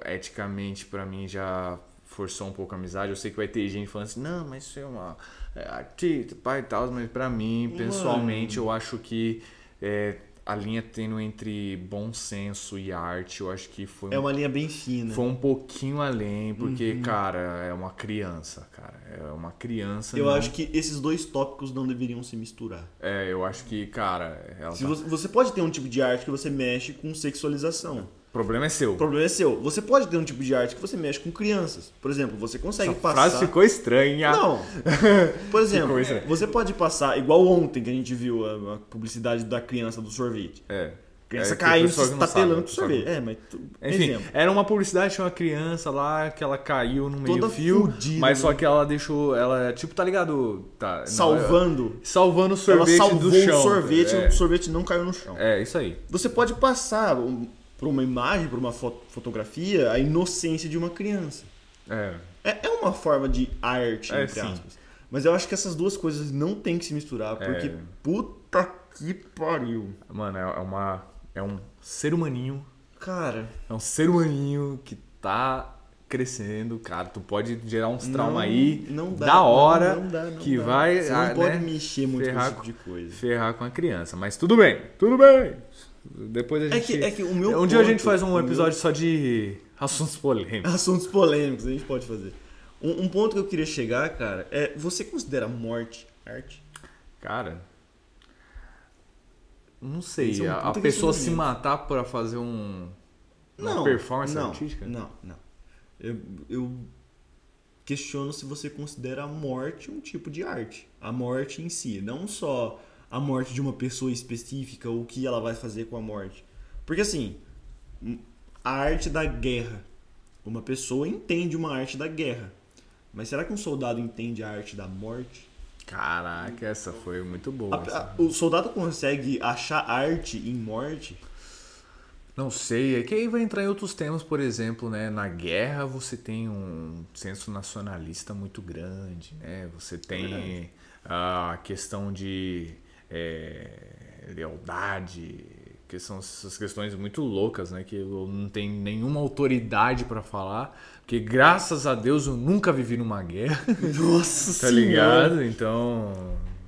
A: é- eticamente pra mim já forçou um pouco a amizade. Eu sei que vai ter gente falando assim, não, mas isso é uma é artista, pai e tal, mas pra mim, pessoalmente, eu acho que é, a linha tênue entre bom senso e arte, eu acho que foi um
B: É uma linha Uhum. bem fina.
A: foi um pouquinho além, porque, cara, é uma criança, cara. É uma criança.
B: Eu
A: não-
B: acho que esses dois tópicos não deveriam se misturar.
A: É, eu acho que, cara, ela
B: Se
A: tá-
B: você, você pode ter um tipo de arte que você mexe com sexualização.
A: o problema é seu.
B: O problema é seu. Você pode ter um tipo de arte que você mexe com crianças. Por exemplo, você consegue
A: Essa
B: passar.
A: frase ficou estranha.
B: Não. Por exemplo,
A: coisa.
B: você pode passar, igual ontem que a gente viu a, a publicidade da criança do sorvete.
A: É.
B: Criança
A: É, tem
B: caindo,
A: pessoa que
B: se
A: não
B: tapelando
A: sabe,
B: com
A: pessoa que
B: sorvete. É, mas tu,
A: Enfim,
B: exemplo.
A: era uma publicidade, tinha uma criança lá que ela caiu no meio
B: Toda
A: fio,
B: fudida,
A: mas só
B: né?
A: que ela deixou, ela tipo, tá ligado? Tá, não,
B: Salvando.
A: é- salvando o
B: Ela
A: sorvete
B: salvou
A: do chão.
B: o sorvete,
A: é,
B: o sorvete não caiu no chão.
A: é, isso aí.
B: Você pode passar um, por uma imagem, por uma fo- fotografia, a inocência de uma criança.
A: É.
B: É, é uma forma de arte,
A: É,
B: entre
A: sim.
B: aspas. Mas eu acho que essas duas coisas não tem que se misturar, porque
A: É.
B: puta que pariu.
A: Mano, é é uma é um ser humaninho
B: Cara,
A: É um ser humaninho que tá crescendo, cara. Tu pode gerar uns traumas aí
B: não dá,
A: da hora
B: não, não dá, não
A: que
B: dá.
A: vai
B: Você não
A: ah,
B: pode
A: né,
B: mexer muito com
A: ferrar
B: esse tipo de coisa.
A: ferrar com a criança. Mas tudo bem, tudo bem. Depois a
B: É
A: gente.
B: que- é que o meu
A: Um dia a
B: ponto-
A: gente faz um
B: o meu-
A: episódio só de assuntos polêmicos.
B: Assuntos polêmicos, a gente pode fazer. Um, um ponto que eu queria chegar, cara, é você considera morte arte?
A: Cara. Não sei,
B: Esse é um
A: a- a
B: puta
A: pessoa se
B: questionamento.
A: matar pra fazer um. Uma performance
B: não,
A: artística?
B: Não, não. Eu, eu questiono se você considera a morte um tipo de arte. A morte em si, não só a morte de uma pessoa específica, o que ela vai fazer com a morte. Porque assim, a arte da guerra. Uma pessoa entende uma arte da guerra. Mas será que um soldado entende a arte da morte?
A: Caraca, essa foi muito boa.
B: A-
A: essa.
B: a- o soldado consegue achar arte em morte?
A: Não sei, é que aí vai entrar em outros temas, por exemplo, né? Na guerra você tem um senso nacionalista muito grande, né? Você
B: É
A: tem a questão de é, lealdade, que são essas questões muito loucas, né? Que eu não tenho nenhuma autoridade pra falar, porque graças a Deus eu nunca vivi numa guerra,
B: Nossa
A: tá ligado? Então,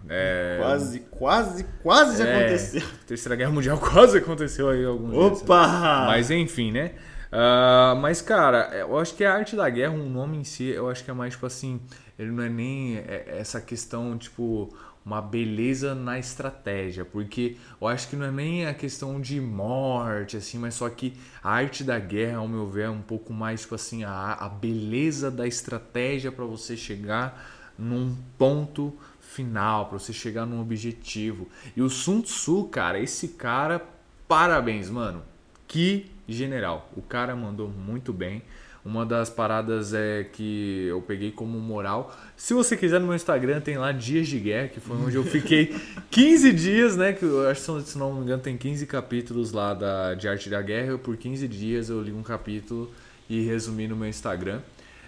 A: é,
B: Quase, quase, quase
A: É.
B: aconteceu.
A: Terceira Guerra Mundial quase aconteceu aí algum
B: Opa!
A: mas enfim, né? Ah, mas, cara, eu acho que a arte da guerra, o nome em si, eu acho que é mais tipo assim. Ele não é nem é- essa questão, tipo, uma beleza na estratégia. Porque eu acho que não é nem a questão de morte, assim, mas só que a arte da guerra, ao meu ver, é um pouco mais, tipo assim, a, a beleza da estratégia pra você chegar num ponto final, pra você chegar num objetivo. E o Sun Tzu, cara, esse cara, parabéns, mano. Que general. O cara mandou muito bem. Uma das paradas é que eu peguei como moral. Se você quiser no meu Instagram, tem lá Dias de Guerra, que foi onde eu fiquei 15 dias, né? Que eu acho que, são- se não me engano, tem 15 capítulos lá da, de Arte da Guerra. Eu, por 15 dias eu li um capítulo e resumi no meu Instagram.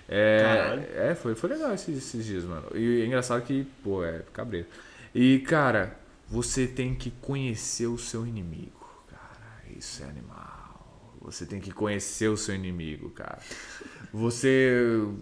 B: Caralho.
A: É, é, foi, foi legal esses, esses dias, mano. E é engraçado que, pô, é cabreiro. E, cara, você tem que conhecer o seu inimigo, cara. Isso é animal. Você tem que conhecer o seu inimigo, cara. Você,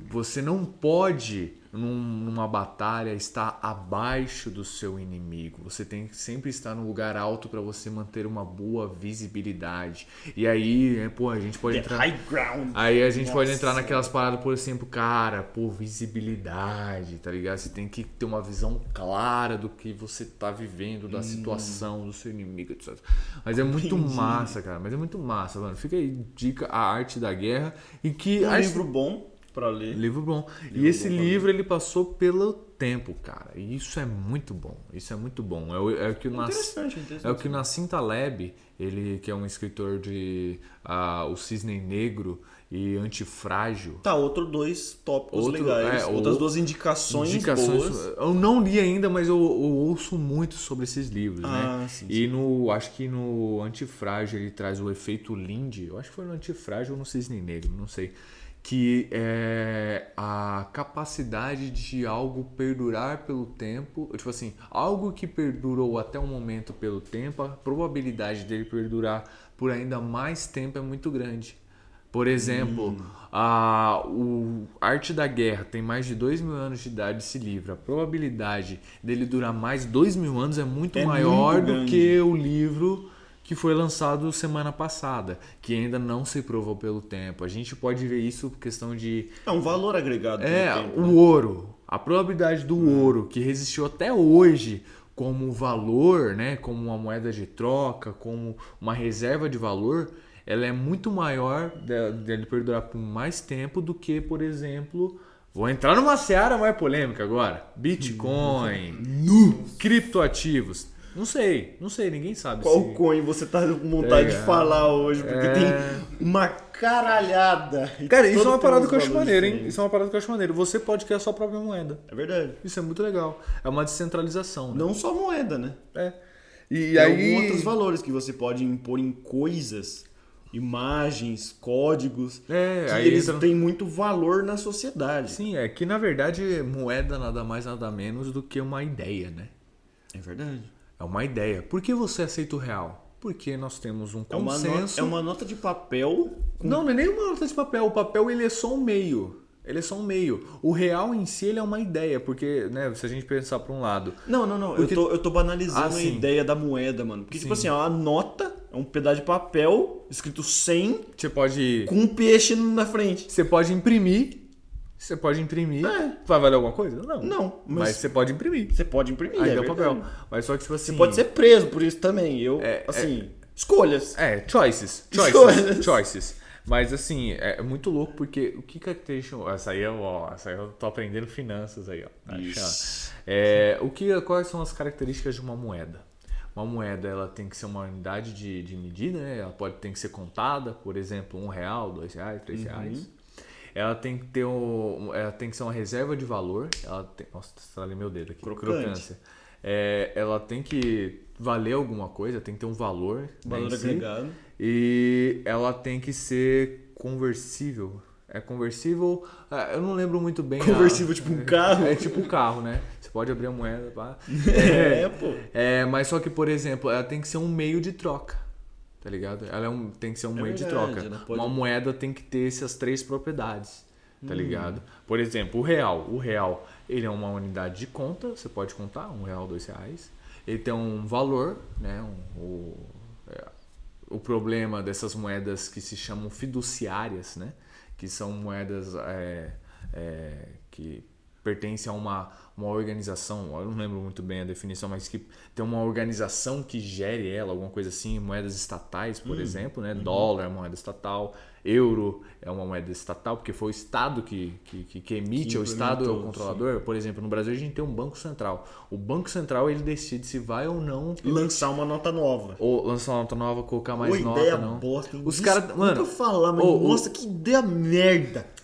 A: você não pode, num- numa batalha, estar abaixo do seu inimigo. Você tem que sempre estar num lugar alto pra você manter uma boa visibilidade. E aí, é, pô, a gente pode
B: Get
A: entrar.
B: high ground.
A: Aí a gente pode
B: Nossa.
A: entrar naquelas paradas, por exemplo, cara, pô, visibilidade, tá ligado? Você tem que ter uma visão clara do que você tá vivendo,
B: Hum.
A: da situação, do seu inimigo, etc. Mas é muito massa, cara. Mas é muito massa, mano. Fica aí, dica a arte da guerra. E que.
B: Um
A: a-
B: livro bom pra ler.
A: Livro bom.
B: Livro
A: e esse
B: bom pra
A: livro, ele passou pelo tempo, cara. E isso é muito bom. Isso é muito bom. É o, é o que o Nas-
B: Interessante, interessante.
A: é o que o Nassim Taleb, ele que é um escritor de ah, O Cisne Negro e Antifrágil.
B: Tá, outro dois tópicos
A: Outro-
B: legais.
A: é,
B: Outras
A: o-
B: duas indicações, boas.
A: Eu não li ainda, mas eu, eu ouço muito sobre esses livros, né?
B: Ah, sim,
A: E no, acho que no Antifrágil ele traz o efeito Lindy, eu acho que foi no Antifrágil ou no Cisne Negro, não sei. Que é a capacidade de algo perdurar pelo tempo, tipo assim, algo que perdurou até o momento pelo tempo, a probabilidade dele perdurar por ainda mais tempo é muito grande. Por exemplo,
B: Hum.
A: a, o Arte da Guerra tem mais de 2 mil anos de idade esse livro. A probabilidade dele durar mais 2 mil anos é muito
B: É
A: maior
B: muito
A: do
B: grande.
A: que o livro que foi lançado semana passada, que ainda não se provou pelo tempo. A gente pode ver isso por questão de
B: É um valor agregado.
A: é,
B: pelo tempo, né?
A: o ouro. A probabilidade do ouro, que resistiu até hoje como um valor, né, como uma moeda de troca, como uma reserva de valor, ela é muito maior de- dele perdurar por mais tempo do que, por exemplo, vou entrar numa seara mais polêmica agora, Bitcoin, nu, criptoativos. Não sei, não sei, ninguém sabe.
B: Qual
A: se-
B: coin você tá com vontade de
A: Legal.
B: falar hoje? Porque
A: É.
B: tem uma caralhada. E
A: Cara, isso
B: todo
A: é uma parada
B: tem
A: que eu
B: uns
A: acho
B: valores
A: maneiro, hein?
B: diferentes.
A: Isso é uma parada que eu acho maneiro. Você pode criar sua própria moeda.
B: É verdade.
A: Isso é muito legal. É uma descentralização, né?
B: Não só moeda, né?
A: É. E,
B: Tem
A: aí.
B: alguns outros valores que você pode impor em coisas, imagens, códigos.
A: É,
B: que
A: aí
B: eles
A: entra-
B: têm muito valor na sociedade.
A: Sim, é que na verdade moeda nada mais nada menos do que uma ideia, né?
B: É verdade.
A: É uma ideia. Por que você aceita o real? Porque nós temos um
B: É uma, no-
A: consenso.
B: é uma nota de papel.
A: Não, não é nem uma nota de papel. O papel ele é só um meio. Ele é só um meio. O real em si ele é uma ideia, porque, né, se a gente pensar por um lado.
B: Não, não, não.
A: Porque-
B: Eu, tô, eu tô banalizando
A: Ah,
B: a
A: sim.
B: ideia da moeda, mano. Porque, tipo assim,
A: Sim.
B: é uma nota, é um pedaço de papel escrito 100
A: Você pode.
B: com um peixe na frente.
A: Você pode imprimir. Você pode imprimir.
B: É.
A: Vai valer alguma coisa? Não.
B: Não,
A: Mas,
B: mas-
A: você pode imprimir.
B: Você pode imprimir.
A: Aí
B: é
A: dá o
B: verdade.
A: papel. Mas só que, tipo assim.
B: Você pode ser preso por isso também. Eu,
A: É,
B: assim, escolhas.
A: É, choices. Choices.
B: Escolhas.
A: choices. Mas assim, é muito louco porque o que caracteriza. Essa aí, eu, ó, essa aí eu tô aprendendo finanças aí, ó. Tá
B: Isso.
A: achando? É, o que, quais são as características de uma moeda? Uma moeda ela tem que ser uma unidade de,
B: Uhum.
A: de medida, né? Ela pode ter que ser contada, por exemplo, um real, dois reais, três reais. Ela tem que ter um, ela tem que ser uma reserva de valor. Ela tem, nossa, estralei meu dedo aqui.
B: Crocante.
A: É, ela tem que valer alguma coisa, tem que ter um valor. né,
B: Valor
A: em si.
B: agregado.
A: E ela tem que ser conversível. É conversível? Ah, Eu não lembro muito bem. a-
B: Conversível, tipo um carro.
A: É tipo um carro, né? Você pode abrir a moeda, pá.
B: É, pô.
A: É, mas só que, por exemplo, ela tem que ser um meio de troca. Tá ligado? Ela é um- tem que ser um meio
B: verdade,
A: de
B: ela
A: troca.
B: pode- Hum.
A: Uma moeda tem que ter essas três propriedades. Tá ligado? Por exemplo, o real. O real, ele é uma unidade de conta. Você pode contar um real, dois reais. Ele tem um valor, né? Um- o, é, o problema dessas moedas que se chamam fiduciárias, né? Que são moedas é, é, que pertencem a uma, uma organização, eu não lembro muito bem a definição, mas que tem uma organização que gere ela, alguma coisa assim, moedas estatais,
B: Hum.
A: por exemplo,
B: Uhum.
A: né? Dólar é moeda estatal, euro é uma moeda estatal, porque foi o Estado que, que, que, que emite,
B: Que
A: é o Estado é o
B: implementou,
A: controlador. Por exemplo, no Brasil a gente tem um Banco Central. O Banco Central ele decide se vai ou não
B: Lançar uma nota nova.
A: ou lançar uma nota nova, colocar mais
B: Ô,
A: nota,
B: ideia
A: não.
B: bosta, hein?
A: Os caras,
B: Desculpa
A: mano,
B: falar, mas
A: ô, ô.
B: nossa, que ideia merda.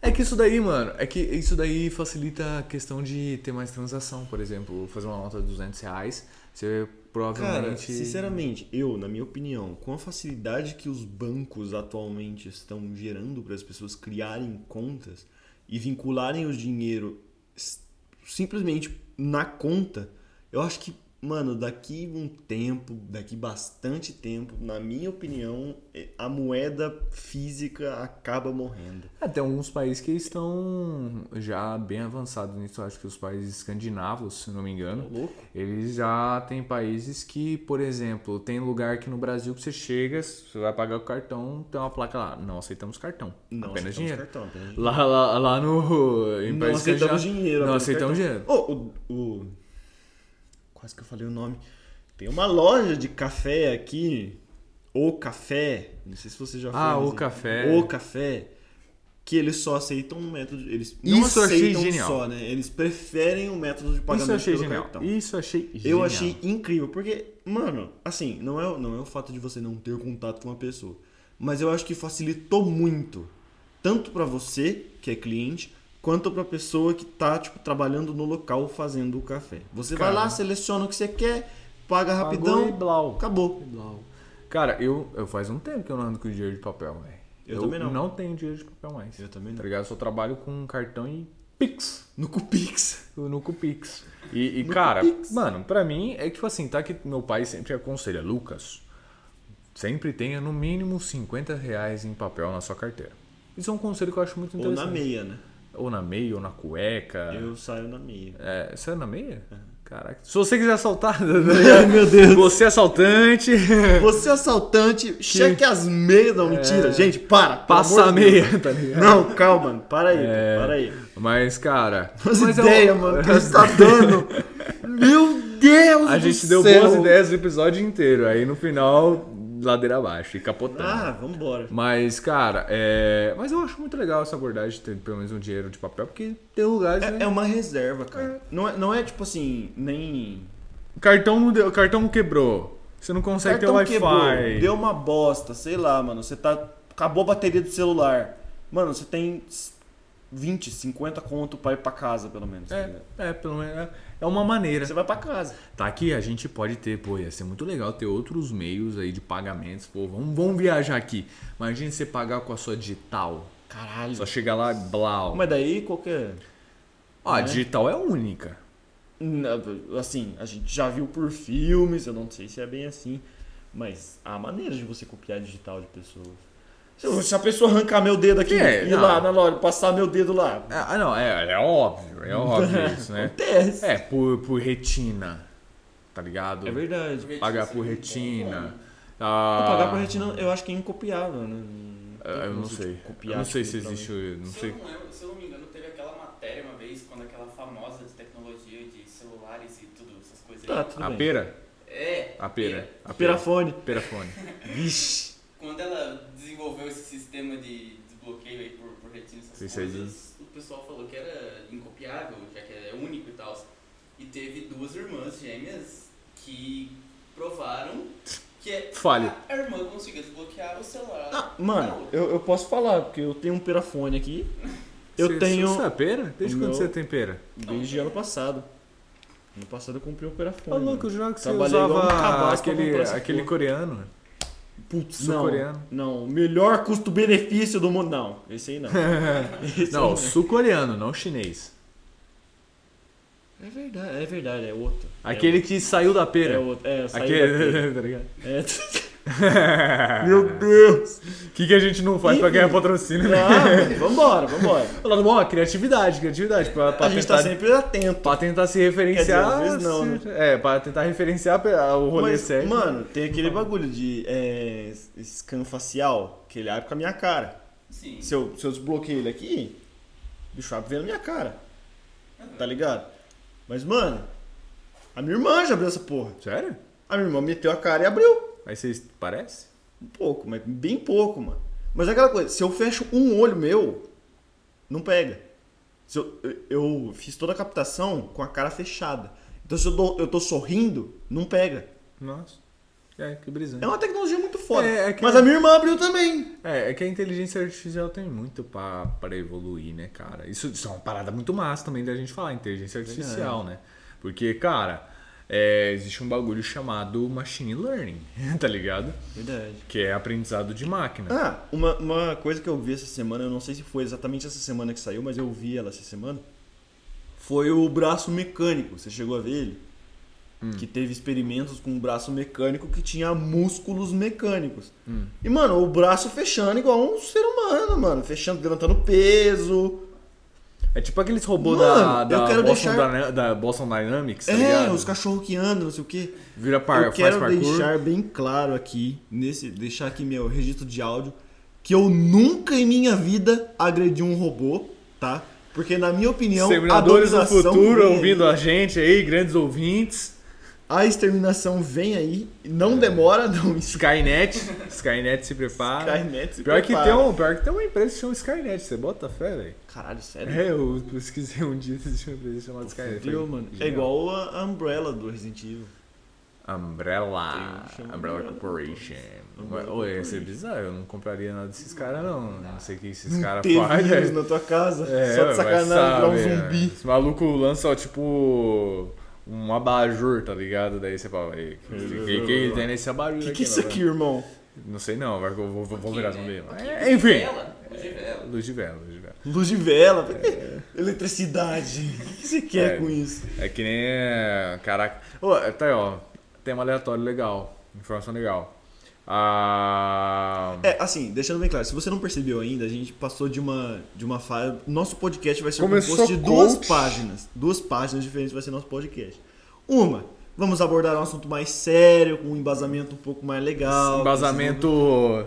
A: é que isso daí, mano, é que isso daí facilita a questão de ter mais transação, por exemplo, fazer uma nota de 200 reais, você provavelmente...
B: Cara, sinceramente, eu, na minha opinião, com a facilidade que os bancos atualmente estão gerando para as pessoas criarem contas e vincularem o dinheiro s- simplesmente na conta, eu acho que, mano, daqui um tempo, daqui bastante tempo, na minha opinião, eh, a moeda física acaba morrendo.
A: É, tem alguns países que estão já bem avançados nisso, acho que os países escandinavos, se não me engano,
B: Louco?
A: Eles já tem países que, por exemplo, tem lugar aqui no Brasil que você chega, você vai pagar o cartão, tem uma placa lá, não aceitamos cartão,
B: Não,
A: apenas
B: aceitamos
A: dinheiro.
B: cartão, apenas dinheiro.
A: Lá, lá, lá no. Em
B: Não
A: países que
B: aceitamos
A: já-
B: dinheiro.
A: Não
B: apenas
A: aceitamos
B: cartão.
A: dinheiro.
B: Ô, o, o- Quase que eu falei o nome. Tem uma loja de café aqui. O Café. Não sei se você já foi.
A: Ah,
B: mas
A: O
B: é-
A: Café.
B: O Café. Que eles só aceitam um método. Eles não
A: Isso eu achei
B: aceitam
A: genial.
B: só, né? Eles preferem o método de pagamento
A: Isso eu achei
B: pelo
A: genial.
B: cartão.
A: Isso eu achei
B: Eu
A: genial.
B: achei incrível, porque, mano, assim, não é, não é o fato de você não ter contato com uma pessoa, mas eu acho que facilitou muito, tanto pra você, que é cliente, quanto pra pessoa que tá, tipo, trabalhando no local fazendo o café. Você
A: Cara.
B: vai lá, seleciona o que você quer, paga
A: Pagou e
B: rapidão,
A: blau.
B: acabou.
A: Blau. Cara, eu, eu faz um tempo que eu não ando com dinheiro de papel, velho.
B: Eu também não.
A: não tenho dinheiro de papel mais.
B: Eu também não.
A: Tá ligado? Eu só trabalho com cartão e Pix.
B: No Cupix.
A: no Cupix. E, e, cara, mano, pra mim é tipo assim, tá que meu pai sempre aconselha, Lucas, sempre tenha no mínimo 50 reais em papel na sua carteira. Isso é um conselho que eu acho muito
B: Ou
A: interessante.
B: na meia, né?
A: Ou na meia, ou na cueca.
B: Eu saio na meia.
A: É, você é na meia? Caraca. Se você quiser assaltar, tá
B: Ai, meu Deus.
A: você é assaltante,
B: Você assaltante, cheque as meias. Não, mentira, gente, para. pelo
A: É. passa a
B: amor de Deus.
A: meia, É. tá ligado?
B: Não, calma, mano, para aí, para aí.
A: Mas, cara.
B: As
A: mas é
B: ideias,
A: um-
B: mano, que você tá dando. Meu Deus
A: A
B: do
A: gente deu
B: céu.
A: boas ideias o episódio inteiro. Aí no final, ladeira abaixo e capotando.
B: Ah, vambora.
A: Mas, cara, é. Mas eu acho muito legal essa abordagem de ter pelo menos um dinheiro de papel, porque tem lugares. né?
B: É, é uma reserva, cara. Não é, não é tipo assim, nem...
A: Cartão, não deu- cartão quebrou. Você não consegue
B: um Cartão
A: ter
B: É quebrou,
A: Wi-Fi.
B: deu uma bosta, sei lá, mano. Você tá... Acabou a bateria do celular. Mano, você tem 20, 50 conto pra ir pra casa, pelo menos. tá ligado?
A: É, é, pelo menos. é- É uma maneira.
B: Você vai pra casa.
A: Tá aqui, a gente pode ter, pô, ia ser muito legal ter outros meios aí de pagamentos. Pô, vamos, vamos viajar aqui. Imagina você pagar com a sua digital.
B: Caralho.
A: Só chegar lá, blau.
B: Mas daí é? qualquer...
A: Ó,
B: Né?
A: a digital é única.
B: Não, Assim, a gente já viu por filmes, eu não sei se é bem assim, mas há maneiras de você copiar digital de pessoas. Se eu- Se a pessoa arrancar meu dedo aqui
A: É,
B: e
A: não.
B: lá na loja, passar meu dedo lá,
A: Ah, não, é, é óbvio, é óbvio isso, né?
B: acontece.
A: É, por, por retina, tá ligado?
B: É verdade.
A: Pagar por retina.
B: Não,
A: Ah,
B: Pagar por retina eu acho que é incopiável, né? Não tem
A: ah, Eu
B: como
A: não
B: você,
A: sei.
B: tipo,
A: Eu
B: copiar
A: não sei se
B: aquilo
A: existe.
B: literalmente.
A: o- Não
C: Se eu
A: sei.
C: não, lembro- se eu não me engano, teve aquela matéria uma vez, quando aquela famosa de tecnologia, de celulares e tudo, essas coisas
B: Tá,
C: aí.
B: tudo
A: A
B: bem.
A: pera?
C: É,
A: A pera. A pera.
B: Pirafone.
A: Perafone.
B: Vixe.
C: quando ela desenvolveu esse sistema de desbloqueio aí por, por retina, essas
A: Isso aí de-
C: coisas, o pessoal falou que era incopiável, já que é único e tal. E teve duas irmãs gêmeas que provaram Que é
A: Fale.
C: a irmã conseguiu desbloquear o celular.
B: Ah, mano, eu, eu posso falar, porque eu tenho um perafone aqui. Eu
A: Você-
B: tenho.
A: Você é pera? Desde
B: o
A: quando
B: meu-
A: você tem pera?
B: Desde ano passado. Ano passado eu comprei um perafone.
A: Tá louco, eu
B: mano.
A: jurava que você
B: Trabalhei igual um
A: usava
B: cabaço pra
A: aquele,
B: comprar essa
A: aquele
B: porra.
A: coreano.
B: Putz, não.
A: sul-coreano.
B: Não, o melhor custo-benefício do mundo. Não, esse aí não. Esse aí
A: Não, sul-coreano, não chinês.
B: É verdade, é verdade, é outro.
A: Aquele que saiu da
B: é, é
A: pera.
B: outro. É, saiu daqui.
A: Aquele, tá ligado?
B: É.
A: Meu Deus! O que, que a gente não faz pra ganhar patrocínio, né?
B: Ah, mano, vambora, vambora.
A: Falando, bom, criatividade, criatividade. Pra, pra
B: A gente
A: tentar,
B: tá sempre atento.
A: pra tentar se referenciar.
B: Quer dizer, às vezes não, né?
A: se- É, pra tentar referenciar pe- o rolê
B: Mas,
A: certo.
B: Mano, tem aquele bagulho de é, scan facial, que ele abre com a minha cara.
C: Sim.
B: Se eu, se eu desbloqueio ele aqui, o bicho abre vendo a minha cara. Tá ligado? Mas, mano, a minha irmã já abriu essa porra.
A: Sério?
B: A minha irmã meteu a cara e abriu.
A: Aí vocês. Parece?
B: Um pouco, mas bem pouco, mano. Mas é aquela coisa, se eu fecho um olho meu, não pega. Se eu, eu- eu fiz toda a captação com a cara fechada. Então se eu, dou- eu tô sorrindo, não pega.
A: Nossa. É, que brisante.
B: É uma tecnologia muito foda.
A: É, é que-
B: Mas a minha irmã abriu também.
A: É, é que a inteligência artificial tem muito pra pra evoluir, né, cara? Isso, isso é uma parada muito massa também da gente falar,
B: É
A: inteligência artificial, né? Porque, cara, é, existe um bagulho chamado machine learning, tá ligado?
B: Verdade.
A: Que é aprendizado de máquina.
B: Ah, uma, uma coisa que eu vi essa semana, eu não sei se foi exatamente essa semana que saiu, mas eu vi ela essa semana. Foi o braço mecânico. Você chegou a ver ele?
A: Hum.
B: Que teve experimentos com um braço mecânico que tinha músculos mecânicos.
A: Hum.
B: E, mano, o braço fechando igual um ser humano, mano. Fechando, levantando peso.
A: É tipo aqueles robôs da,
B: Mano, eu
A: da,
B: quero
A: Boston
B: deixar-
A: Dyna- da Boston Dynamics, tá
B: é,
A: ligado?
B: os cachorros que andam, não sei o quê.
A: Vira par,
B: eu
A: faz
B: quero
A: parkour.
B: deixar bem claro aqui, nesse, deixar aqui meu registro de áudio, que eu nunca em minha vida agredi um robô, tá? Porque na minha opinião, a
A: Exterminadores do
B: dominação
A: futuro
B: vem
A: ouvindo
B: aí.
A: a gente aí, grandes ouvintes.
B: a exterminação vem aí, não demora, não
A: Skynet. Skynet se prepara.
B: Skynet se
A: Pior que,
B: prepara.
A: tem um, pior que tem uma empresa que chama Skynet, você bota fé, velho?
B: Caralho, sério?
A: É, eu pesquisei um dia existe uma empresa chamada Skynet.
B: Viu, mano? É igual a a Umbrella do Resident Evil.
A: Umbrella.
B: Tem um chamado
A: Umbrella
B: Umbrella
A: Corporation.
B: Umbrella
A: Ué, ia ser
B: Corporation.
A: bizarro, eu não compraria nada desses caras, não. Não sei o que esses caras né? É,
B: Teve
A: fazem.
B: vírus na tua casa, só de
A: vai
B: sacanagem virar um
A: saber, né?
B: zumbi.
A: Esse maluco lança, ó, tipo, um abajur, tá ligado? Daí você fala, "Ei, o que, que tem nesse abajur
B: O Uhum. que,
A: aqui?
B: que é isso
A: mano?"
B: aqui, irmão?
A: Não sei não, vai, que eu vou, vou, vou virar zumbi.
C: Aqui,
A: É,
C: né?
A: enfim.
C: Ela, o de vela.
A: Luz de vela, luz de vela.
B: Luz de vela, eletricidade. O que você quer
A: É.
B: com isso?
A: É que nem. é, Caraca. Ô, tá aí, ó. Tema aleatório legal. Informação legal. Ah,
B: É, assim, deixando bem claro, se você não percebeu ainda, a gente passou de uma, de uma fase. Nosso podcast vai ser
A: Começou
B: composto de duas
A: coach.
B: páginas. Duas páginas diferentes vai ser nosso podcast. Uma, vamos abordar um assunto mais sério, com um embasamento um pouco mais legal.
A: embasamento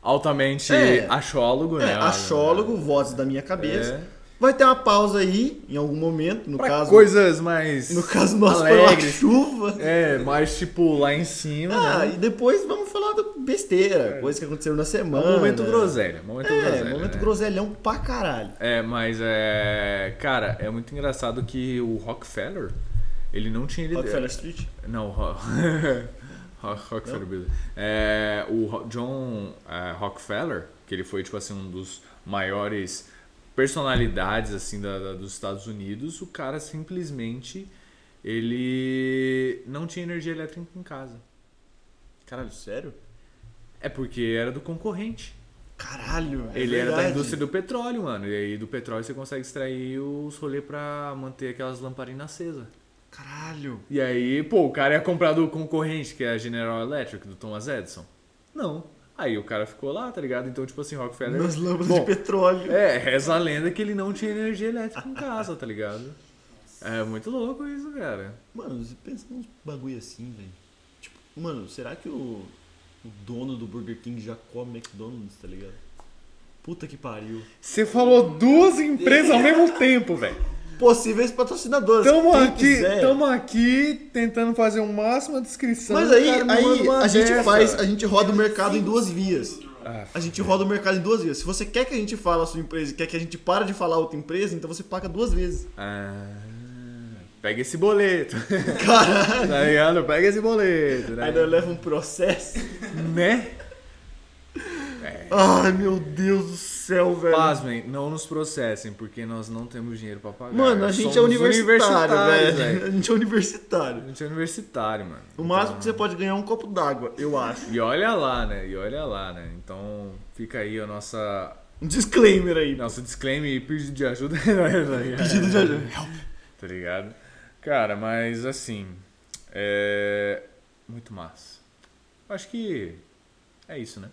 A: altamente
B: É.
A: achólogo,
B: É,
A: né?
B: achólogo, vozes da minha cabeça.
A: É.
B: Vai ter uma pausa aí, em algum momento, no
A: Pra
B: caso.
A: coisas mais.
B: No caso nosso foi uma
A: alegres.
B: chuva.
A: É, mais tipo lá em cima.
B: Ah,
A: né?
B: e depois vamos falar do besteira, coisas que aconteceram na
A: É um
B: semana.
A: momento groselha. Momento
B: né? É,
A: groselha.
B: momento
A: né?
B: groselhão pra caralho.
A: É, mas é. Cara, é muito engraçado que o Rockefeller. Ele não tinha.
B: Rockefeller Street?
A: Não, Ro- Ro- Rockefeller Building. É, o Ro- John é, Rockefeller, que ele foi tipo assim um dos maiores personalidades assim da- da- dos Estados Unidos, o cara simplesmente ele não tinha energia elétrica em casa.
B: Caralho, sério?
A: É porque era do concorrente.
B: Caralho, é
A: ele era da
B: verdade.
A: indústria do petróleo, mano. E aí do petróleo você consegue extrair os rolê pra manter aquelas lamparinas acesas.
B: Caralho.
A: E aí, pô, o cara ia comprar do concorrente, que é a General Electric, do Thomas Edison. Não. Aí o cara ficou lá, tá ligado? Então, tipo assim, Rockefeller.
B: Nas lâmpadas
A: Bom,
B: de petróleo.
A: É, reza a lenda que ele não tinha energia elétrica em casa, tá ligado? É muito louco isso, cara.
B: Mano, você pensa num bagulho assim, velho. Tipo, mano, será que o, o dono do Burger King já come McDonald's, tá ligado? Puta que pariu.
A: Você falou duas empresas ao mesmo tempo, velho.
B: Possíveis patrocinadores.
A: Tamo
B: quem
A: aqui,
B: quiser.
A: tamo aqui tentando fazer o máximo de descrição.
B: Mas
A: o
B: aí,
A: cara me manda
B: aí
A: uma
B: a gente
A: dessa.
B: faz, a gente roda o mercado em duas vias.
A: Ah,
B: A gente roda o mercado em duas vias. Se você quer que a gente fale a sua empresa e quer que a gente pare de falar a outra empresa, então você paga duas vezes.
A: Ah, pega esse boleto.
B: Caralho!
A: Tá ligado? Pega esse boleto, né?
B: Ainda leva um processo.
A: Né?
B: Ai, meu Deus do céu, velho.
A: Pasmem, não nos processem, porque nós não temos dinheiro pra pagar.
B: Mano, a gente é
A: Somos
B: universitário,
A: universitários,
B: velho. A gente é universitário.
A: A gente é universitário, mano.
B: O máximo que você pode ganhar é um copo d'água, eu acho.
A: E olha lá, né? E olha lá, né? Então fica aí a nossa.
B: Um disclaimer aí.
A: Nosso disclaimer e pedido de ajuda. pedido
B: Pedido de ajuda. Help.
A: Tá ligado? Cara, mas assim. É. Muito massa. Acho que. É isso, né?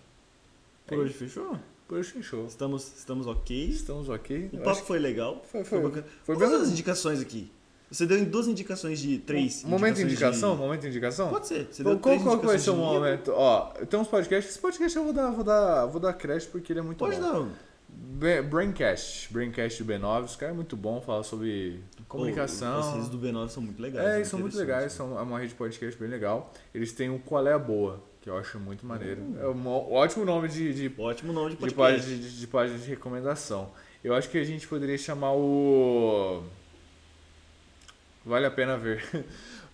B: Por hoje fechou?
A: Por hoje fechou.
B: Estamos, estamos ok.
A: Estamos ok.
B: O
A: Eu
B: papo
A: acho
B: foi legal.
A: Foi- foi-
B: bacana.
A: foi
B: Quais
A: bem-
B: as indicações aqui? Você deu em duas indicações de três.
A: que- Um Momento de
B: é indicações de-
A: indicação? Momento de indicação?
B: Pode ser. Você
A: Qual, Então,
B: deu
A: qual,
B: três
A: qual que vai
B: indicações
A: ser o
B: de livro.
A: momento? Ó, tem uns podcasts. Esse podcast eu vou dar, vou dar, vou dar crédito porque ele é muito
B: Pode
A: bom.
B: não.
A: Be- Braincast. Braincast do B9. Esse cara é muito bom. Fala sobre comunicação.
B: Vocês do B9 são muito legais.
A: É,
B: né? são
A: eles são muito
B: interessantes. né?
A: legais, são é uma rede de podcast bem legal. Eles têm o Qual é a Boa, que eu acho muito maneiro. É um ó- ótimo nome de, de,
B: Ótimo nome de
A: de,
B: Hum. podcast.
A: página, de, de página de recomendação. Eu acho que a gente poderia chamar o. Vale a pena ver.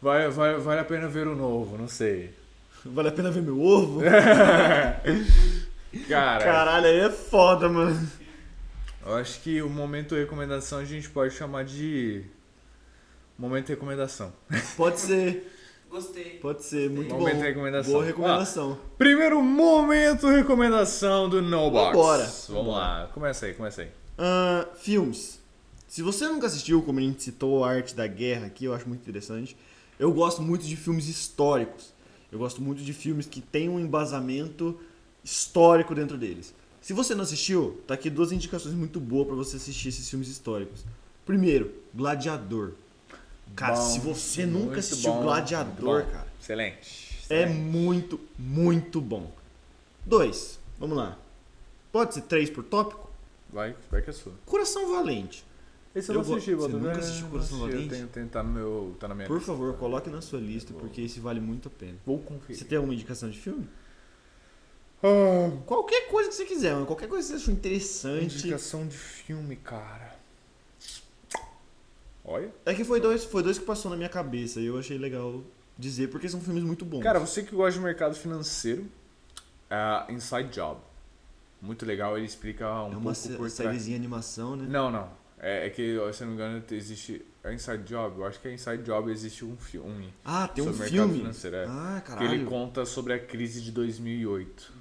A: Vale, vale, vale a pena ver o novo, não sei.
B: Vale a pena ver meu ovo?
A: Cara,
B: Caralho, aí é foda, mano.
A: eu acho que o momento recomendação a gente pode chamar de. Momento recomendação.
B: Pode ser,
C: Gostei.
B: pode ser. Muito bom.
A: Momento recomendação.
B: Boa recomendação.
A: Primeiro momento recomendação do No Box.
B: Vambora.
A: Vamos
B: Vambora.
A: lá, começa aí, começa aí.
B: Ah, filmes. Se você nunca assistiu, como a gente citou, a arte da guerra aqui, eu acho muito interessante. Eu gosto muito de filmes históricos. Eu gosto muito de filmes que têm um embasamento histórico dentro deles. Se você não assistiu, tá aqui duas indicações muito boas pra você assistir esses filmes históricos. Primeiro, Gladiador. Cara,
A: Bom,
B: se você
A: muito
B: nunca assistiu
A: bom,
B: Gladiador,
A: muito bom.
B: cara,
A: Excelente.
B: É
A: excelente.
B: muito, muito bom. Dois, vamos lá. Pode ser três por tópico?
A: Vai, vai que é sua.
B: Coração Valente.
A: Esse
B: eu
A: eu,
B: não
A: não
B: vou-
A: assisti,
B: você
A: Botafogo.
B: nunca assistiu
A: Eu
B: Coração
A: não assisti,
B: Valente?
A: Eu tenho, tenho, tá, no meu, tá na minha
B: Por
A: lista.
B: favor, coloque na sua lista, porque esse vale muito a pena.
A: Vou conferir.
B: Você tem alguma indicação de filme?
A: Ah,
B: Qualquer coisa que você quiser, mano. qualquer coisa que você achou interessante.
A: indicação de filme, cara. Olha.
B: É que foi dois, foi dois que passou na minha cabeça e eu achei legal dizer, porque são filmes muito bons.
A: Cara, você que gosta de mercado financeiro, ah, Inside Job. Muito legal, ele explica um
B: é uma
A: pouco
B: sé-
A: por trás.
B: sériezinha de animação, né?
A: Não, não. É, é que, ó, se eu não me engano, existe. É Inside Job? Eu acho que é Inside Job existe um filme.
B: Ah, tem um
A: sobre mercado
B: filme.
A: financeiro, é.
B: Ah,
A: que ele
B: caralho.
A: conta sobre a crise de 2008.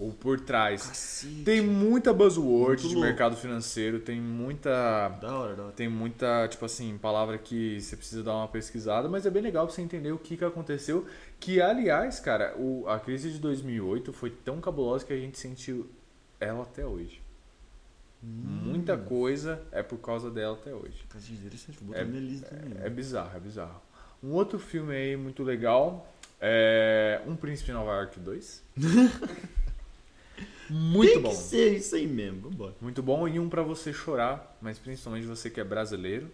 A: Ou por trás.
B: Cacete.
A: Tem muita buzzword
B: Muito
A: de
B: louco.
A: mercado financeiro, tem muita.
B: Da hora, da hora.
A: Tem muita, tipo assim, palavra que você precisa dar uma pesquisada, mas é bem legal pra você entender o que, que aconteceu. Que, aliás, cara, o- a crise de 2008 foi tão cabulosa que a gente sentiu ela até hoje. Muita coisa é por causa dela até hoje.
B: Cacete, interessante. Vou botar
A: É-
B: tipo, na minha lista também.
A: É bizarro, é bizarro. Um outro filme aí muito legal é Um Príncipe em Nova York 2. muito
B: Tem
A: bom.
B: que ser isso aí mesmo, vambora.
A: Muito bom e um pra você chorar, mas principalmente você que é brasileiro,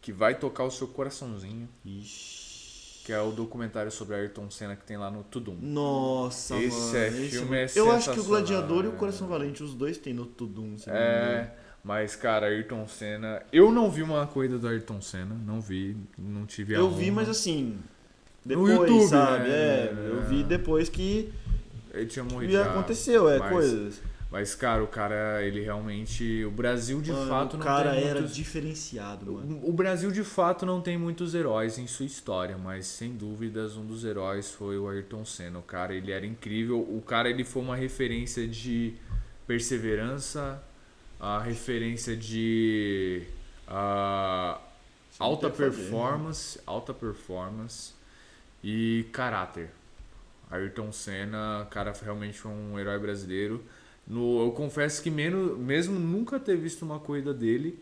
A: que vai tocar o seu coraçãozinho,
B: Ixi.
A: que é o documentário sobre Ayrton Senna que tem lá no
B: Hum.
A: Tudum.
B: Nossa,
A: Esse
B: mano.
A: é filme é
B: Eu acho que o
A: sensacional,
B: Gladiador e o
A: né?
B: Coração Valente, os dois tem no Tudum, se não me engano.
A: É, mas cara, Ayrton Senna, eu não vi uma corrida do Ayrton Senna, não vi, não tive a
B: Eu vi,
A: honra.
B: mas assim.
A: No
B: Depois,
A: YouTube,
B: sabe?
A: né?
B: É, eu vi depois que
A: ele tinha morrido.
B: e
A: já,
B: aconteceu, é
A: mas-
B: coisas.
A: Mas, cara, o cara, ele realmente. O Brasil de
B: Mano,
A: fato
B: o
A: não
B: cara
A: tem
B: era
A: muitos.
B: diferenciado, mano.
A: O Brasil de fato não tem muitos heróis em sua história, mas sem dúvidas um dos heróis foi o Ayrton Senna. O cara, ele era incrível. O cara, ele foi uma referência de perseverança, a referência de ah,
B: Isso não
A: alta
B: tem o que fazer, né?
A: performance, alta performance e caráter. Ayrton Senna, cara, realmente foi um herói brasileiro. No, eu confesso que menos, mesmo nunca ter visto uma corrida dele,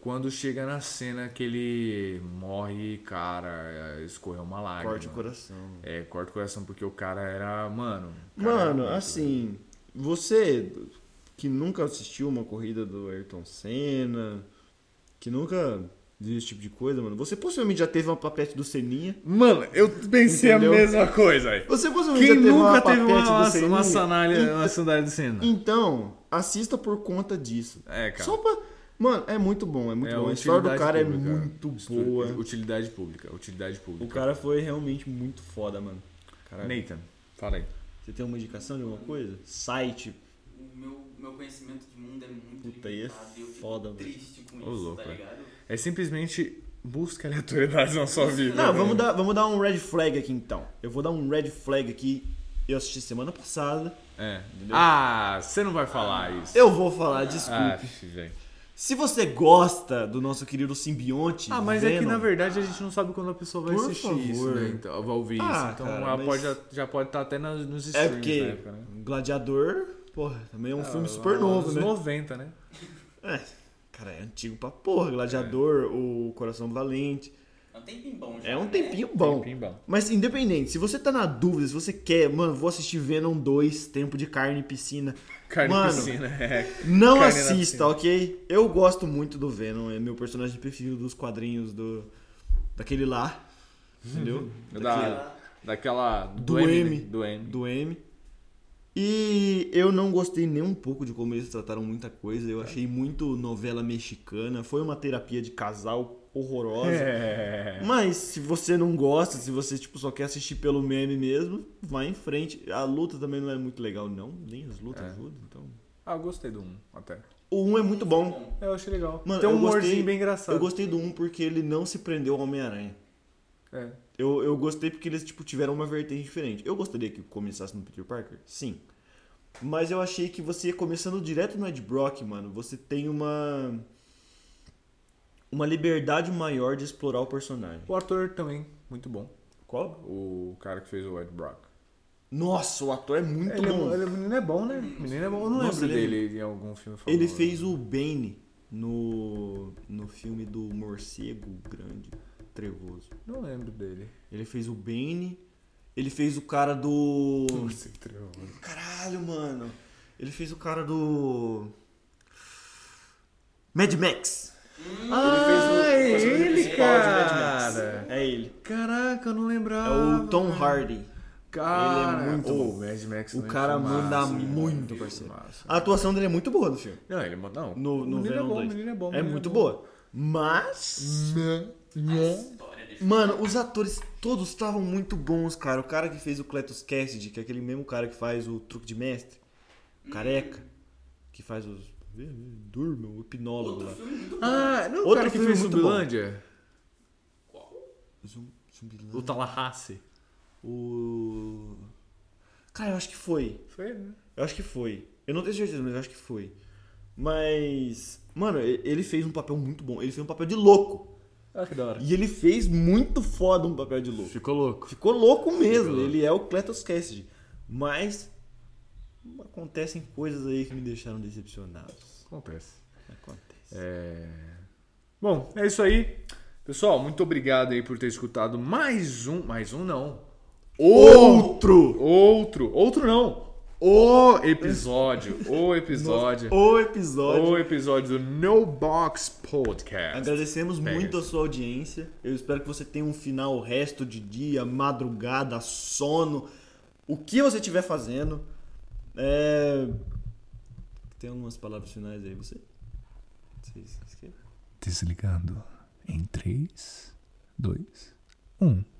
A: quando chega na cena que ele morre, cara, é, escorreu uma lágrima.
B: Corte o coração.
A: É, corta o coração porque o cara era, mano. o cara era
B: Mano,
A: muito-
B: assim, você que nunca assistiu uma corrida do Ayrton Senna, que nunca viu esse tipo de coisa, mano, você possivelmente já teve uma papete do Seninha.
A: Mano, eu pensei
B: Entendeu?
A: a mesma coisa, velho.
B: Você possivelmente
A: Quem
B: já teve
A: nunca
B: uma
A: teve
B: papete
A: uma,
B: do Então,
A: uma,
B: Seninha.
A: uma sandália, uma sandália do Senna?
B: Então, assista por conta disso.
A: É, cara.
B: Só pra. Mano, é muito bom, é muito
A: É,
B: bom. A história do
A: utilidade
B: cara
A: pública.
B: é muito
A: História-
B: boa.
A: Utilidade pública, utilidade pública. É.
B: O cara foi realmente muito foda, mano. Caralho.
A: Nathan, fala aí.
B: Você tem uma indicação de alguma coisa? Site.
C: O meu, meu conhecimento de mundo é muito
B: Puta, aí é
C: limitado e eu fico
B: foda, mano.
C: triste com
A: Ô,
C: isso,
A: louco,
C: tá
A: é.
C: ligado?
A: É simplesmente busca aleatoriedades na sua vida. né?
B: Não, vamos dar, vamos dar um red flag aqui então. Eu vou dar um red flag aqui. Eu assisti semana passada.
A: É. Ah, você não vai falar isso.
B: Eu vou falar, desculpe.
A: Ah, velho.
B: Se você gosta do nosso querido simbionte.
A: Ah, mas é que
B: Venom,
A: na verdade a gente não sabe quando a pessoa vai
B: Por
A: assistir isso,
B: favor.
A: né? Então, vai ouvir isso.
B: Ah,
A: Então
B: cara,
A: ela
B: mas-
A: pode, já, já pode estar até nas- nos
B: É
A: streams
B: porque
A: na época, né?
B: Gladiador, porra, também é um filme super
A: Ah,
B: novo,
A: anos
B: né?
A: 90, né?
B: É, cara, é antigo pra porra.
A: É.
B: Gladiador, o Coração Valente.
C: É um tempinho bom já.
B: É um
C: né?
B: tempinho bom.
A: Tempinho bom.
B: Mas independente, se você tá na dúvida, se você quer, mano, vou assistir Venom 2, Tempo de Carne e Piscina.
A: Carne
B: Mano,
A: e piscina. é.
B: Não
A: Carne na
B: assista,
A: piscina.
B: ok? Eu gosto muito do Venom, é meu personagem preferido dos quadrinhos do. Daquele lá. Entendeu?
A: Uhum.
B: Daquele-
A: Da, daquela.
B: Do
A: M,
B: M.
A: né? Do M.
B: do M. E eu não gostei nem um pouco de como eles trataram muita coisa. Eu achei muito novela mexicana. Foi uma terapia de casal horrorosa.
A: É.
B: Mas se você não gosta, se você tipo só quer assistir pelo meme mesmo, vai em frente. A luta também não é muito legal não, nem as lutas
A: É.
B: ajudam, então.
A: Ah, eu gostei do 1 até.
B: O 1 é muito bom.
C: Bom,
A: Eu achei legal.
B: Mano,
A: Tem um
B: eu gostei-
A: humorzinho bem engraçado.
B: Eu gostei do 1 porque ele não se prendeu ao Homem-Aranha.
A: É.
B: Eu, eu gostei porque eles tipo, tiveram uma vertente diferente. Eu gostaria que começasse no Peter Parker? Sim. Mas eu achei que você, começando direto no Ed Brock, mano, você tem uma. Uma liberdade maior de explorar o personagem.
A: O ator também, muito bom.
B: Qual?
A: O cara que fez o Ed Brock.
B: Nossa, o ator é muito
A: Ele, é,
B: bom.
A: bom- ele, o menino é bom, né? O menino é bom. Eu não
B: Nossa,
A: lembro
B: ele-
A: dele em algum filme famoso.
B: Ele fez o Bane no, no filme do Morcego Grande Trevoso.
A: Não lembro dele.
B: Ele fez o Bane. Ele fez o cara do.
A: Nossa, que trevoso.
B: Caralho, mano. Ele fez o cara do. Mad Max.
A: Ah, é
B: personagem
A: ele,
B: principal de Mad
A: cara. Ah,
B: Max. É ele.
A: Caraca, eu não
B: É
A: lembrava.
B: o Tom Hardy.
A: Cara,
B: Ele é muito
A: Ô,
B: bom.
A: o Mad Max
B: O
A: também
B: cara
A: foi massa,
B: manda
A: né?
B: muito,
A: Foi
B: parceiro.
A: massa.
B: A atuação dele é muito boa no filme.
A: Não, ele manda. Não.
B: No, no
A: o menino é
B: Venom
A: bom,
B: 2.
A: o menino é bom. o
B: É
A: menino
B: muito
A: bom.
B: boa. Mas.
A: Né?
C: história de
B: Mano, os atores todos estavam muito bons, cara. O cara que fez o Cletus Cassidy, que é aquele mesmo cara que faz o truque de mestre, o careca, que faz os. Durma, o hipnólogo
C: Outro
B: lá.
C: filme muito bom.
A: Ah, não é o
B: Outro
A: cara que
B: filme
A: fez
B: muito
A: Zumbilândia?
C: Qual?
B: Zum- Zumbilândia.
A: O Tallahassee.
B: O. Cara, eu acho que foi.
A: Foi ele, né?
B: Eu acho que foi. Eu não tenho certeza, mas eu acho que foi. Mas. Mano, e- ele fez um papel muito bom. Ele fez um papel de louco.
A: Ah, que da hora.
B: E ele fez muito foda um papel de louco.
A: Ficou louco.
B: Ficou louco mesmo.
A: Ficou louco.
B: Ele é o Cletus Cassidy. Mas. Acontecem coisas aí que me deixaram decepcionados.
A: Acontece.
B: Acontece.
A: É... Bom, é isso aí. Pessoal, muito obrigado aí por ter escutado mais um. Mais um não.
B: Outro!
A: Outro. Outro não. O episódio. O episódio.
B: O episódio.
A: O episódio do No Box Podcast.
B: Agradecemos
A: Pega
B: muito a
A: esse.
B: sua audiência. Eu espero que você tenha um final o resto de dia, madrugada, sono, o que você estiver fazendo. É... Tem algumas palavras finais aí, você? Você esquece?
D: Desligando em 3, 2, 1.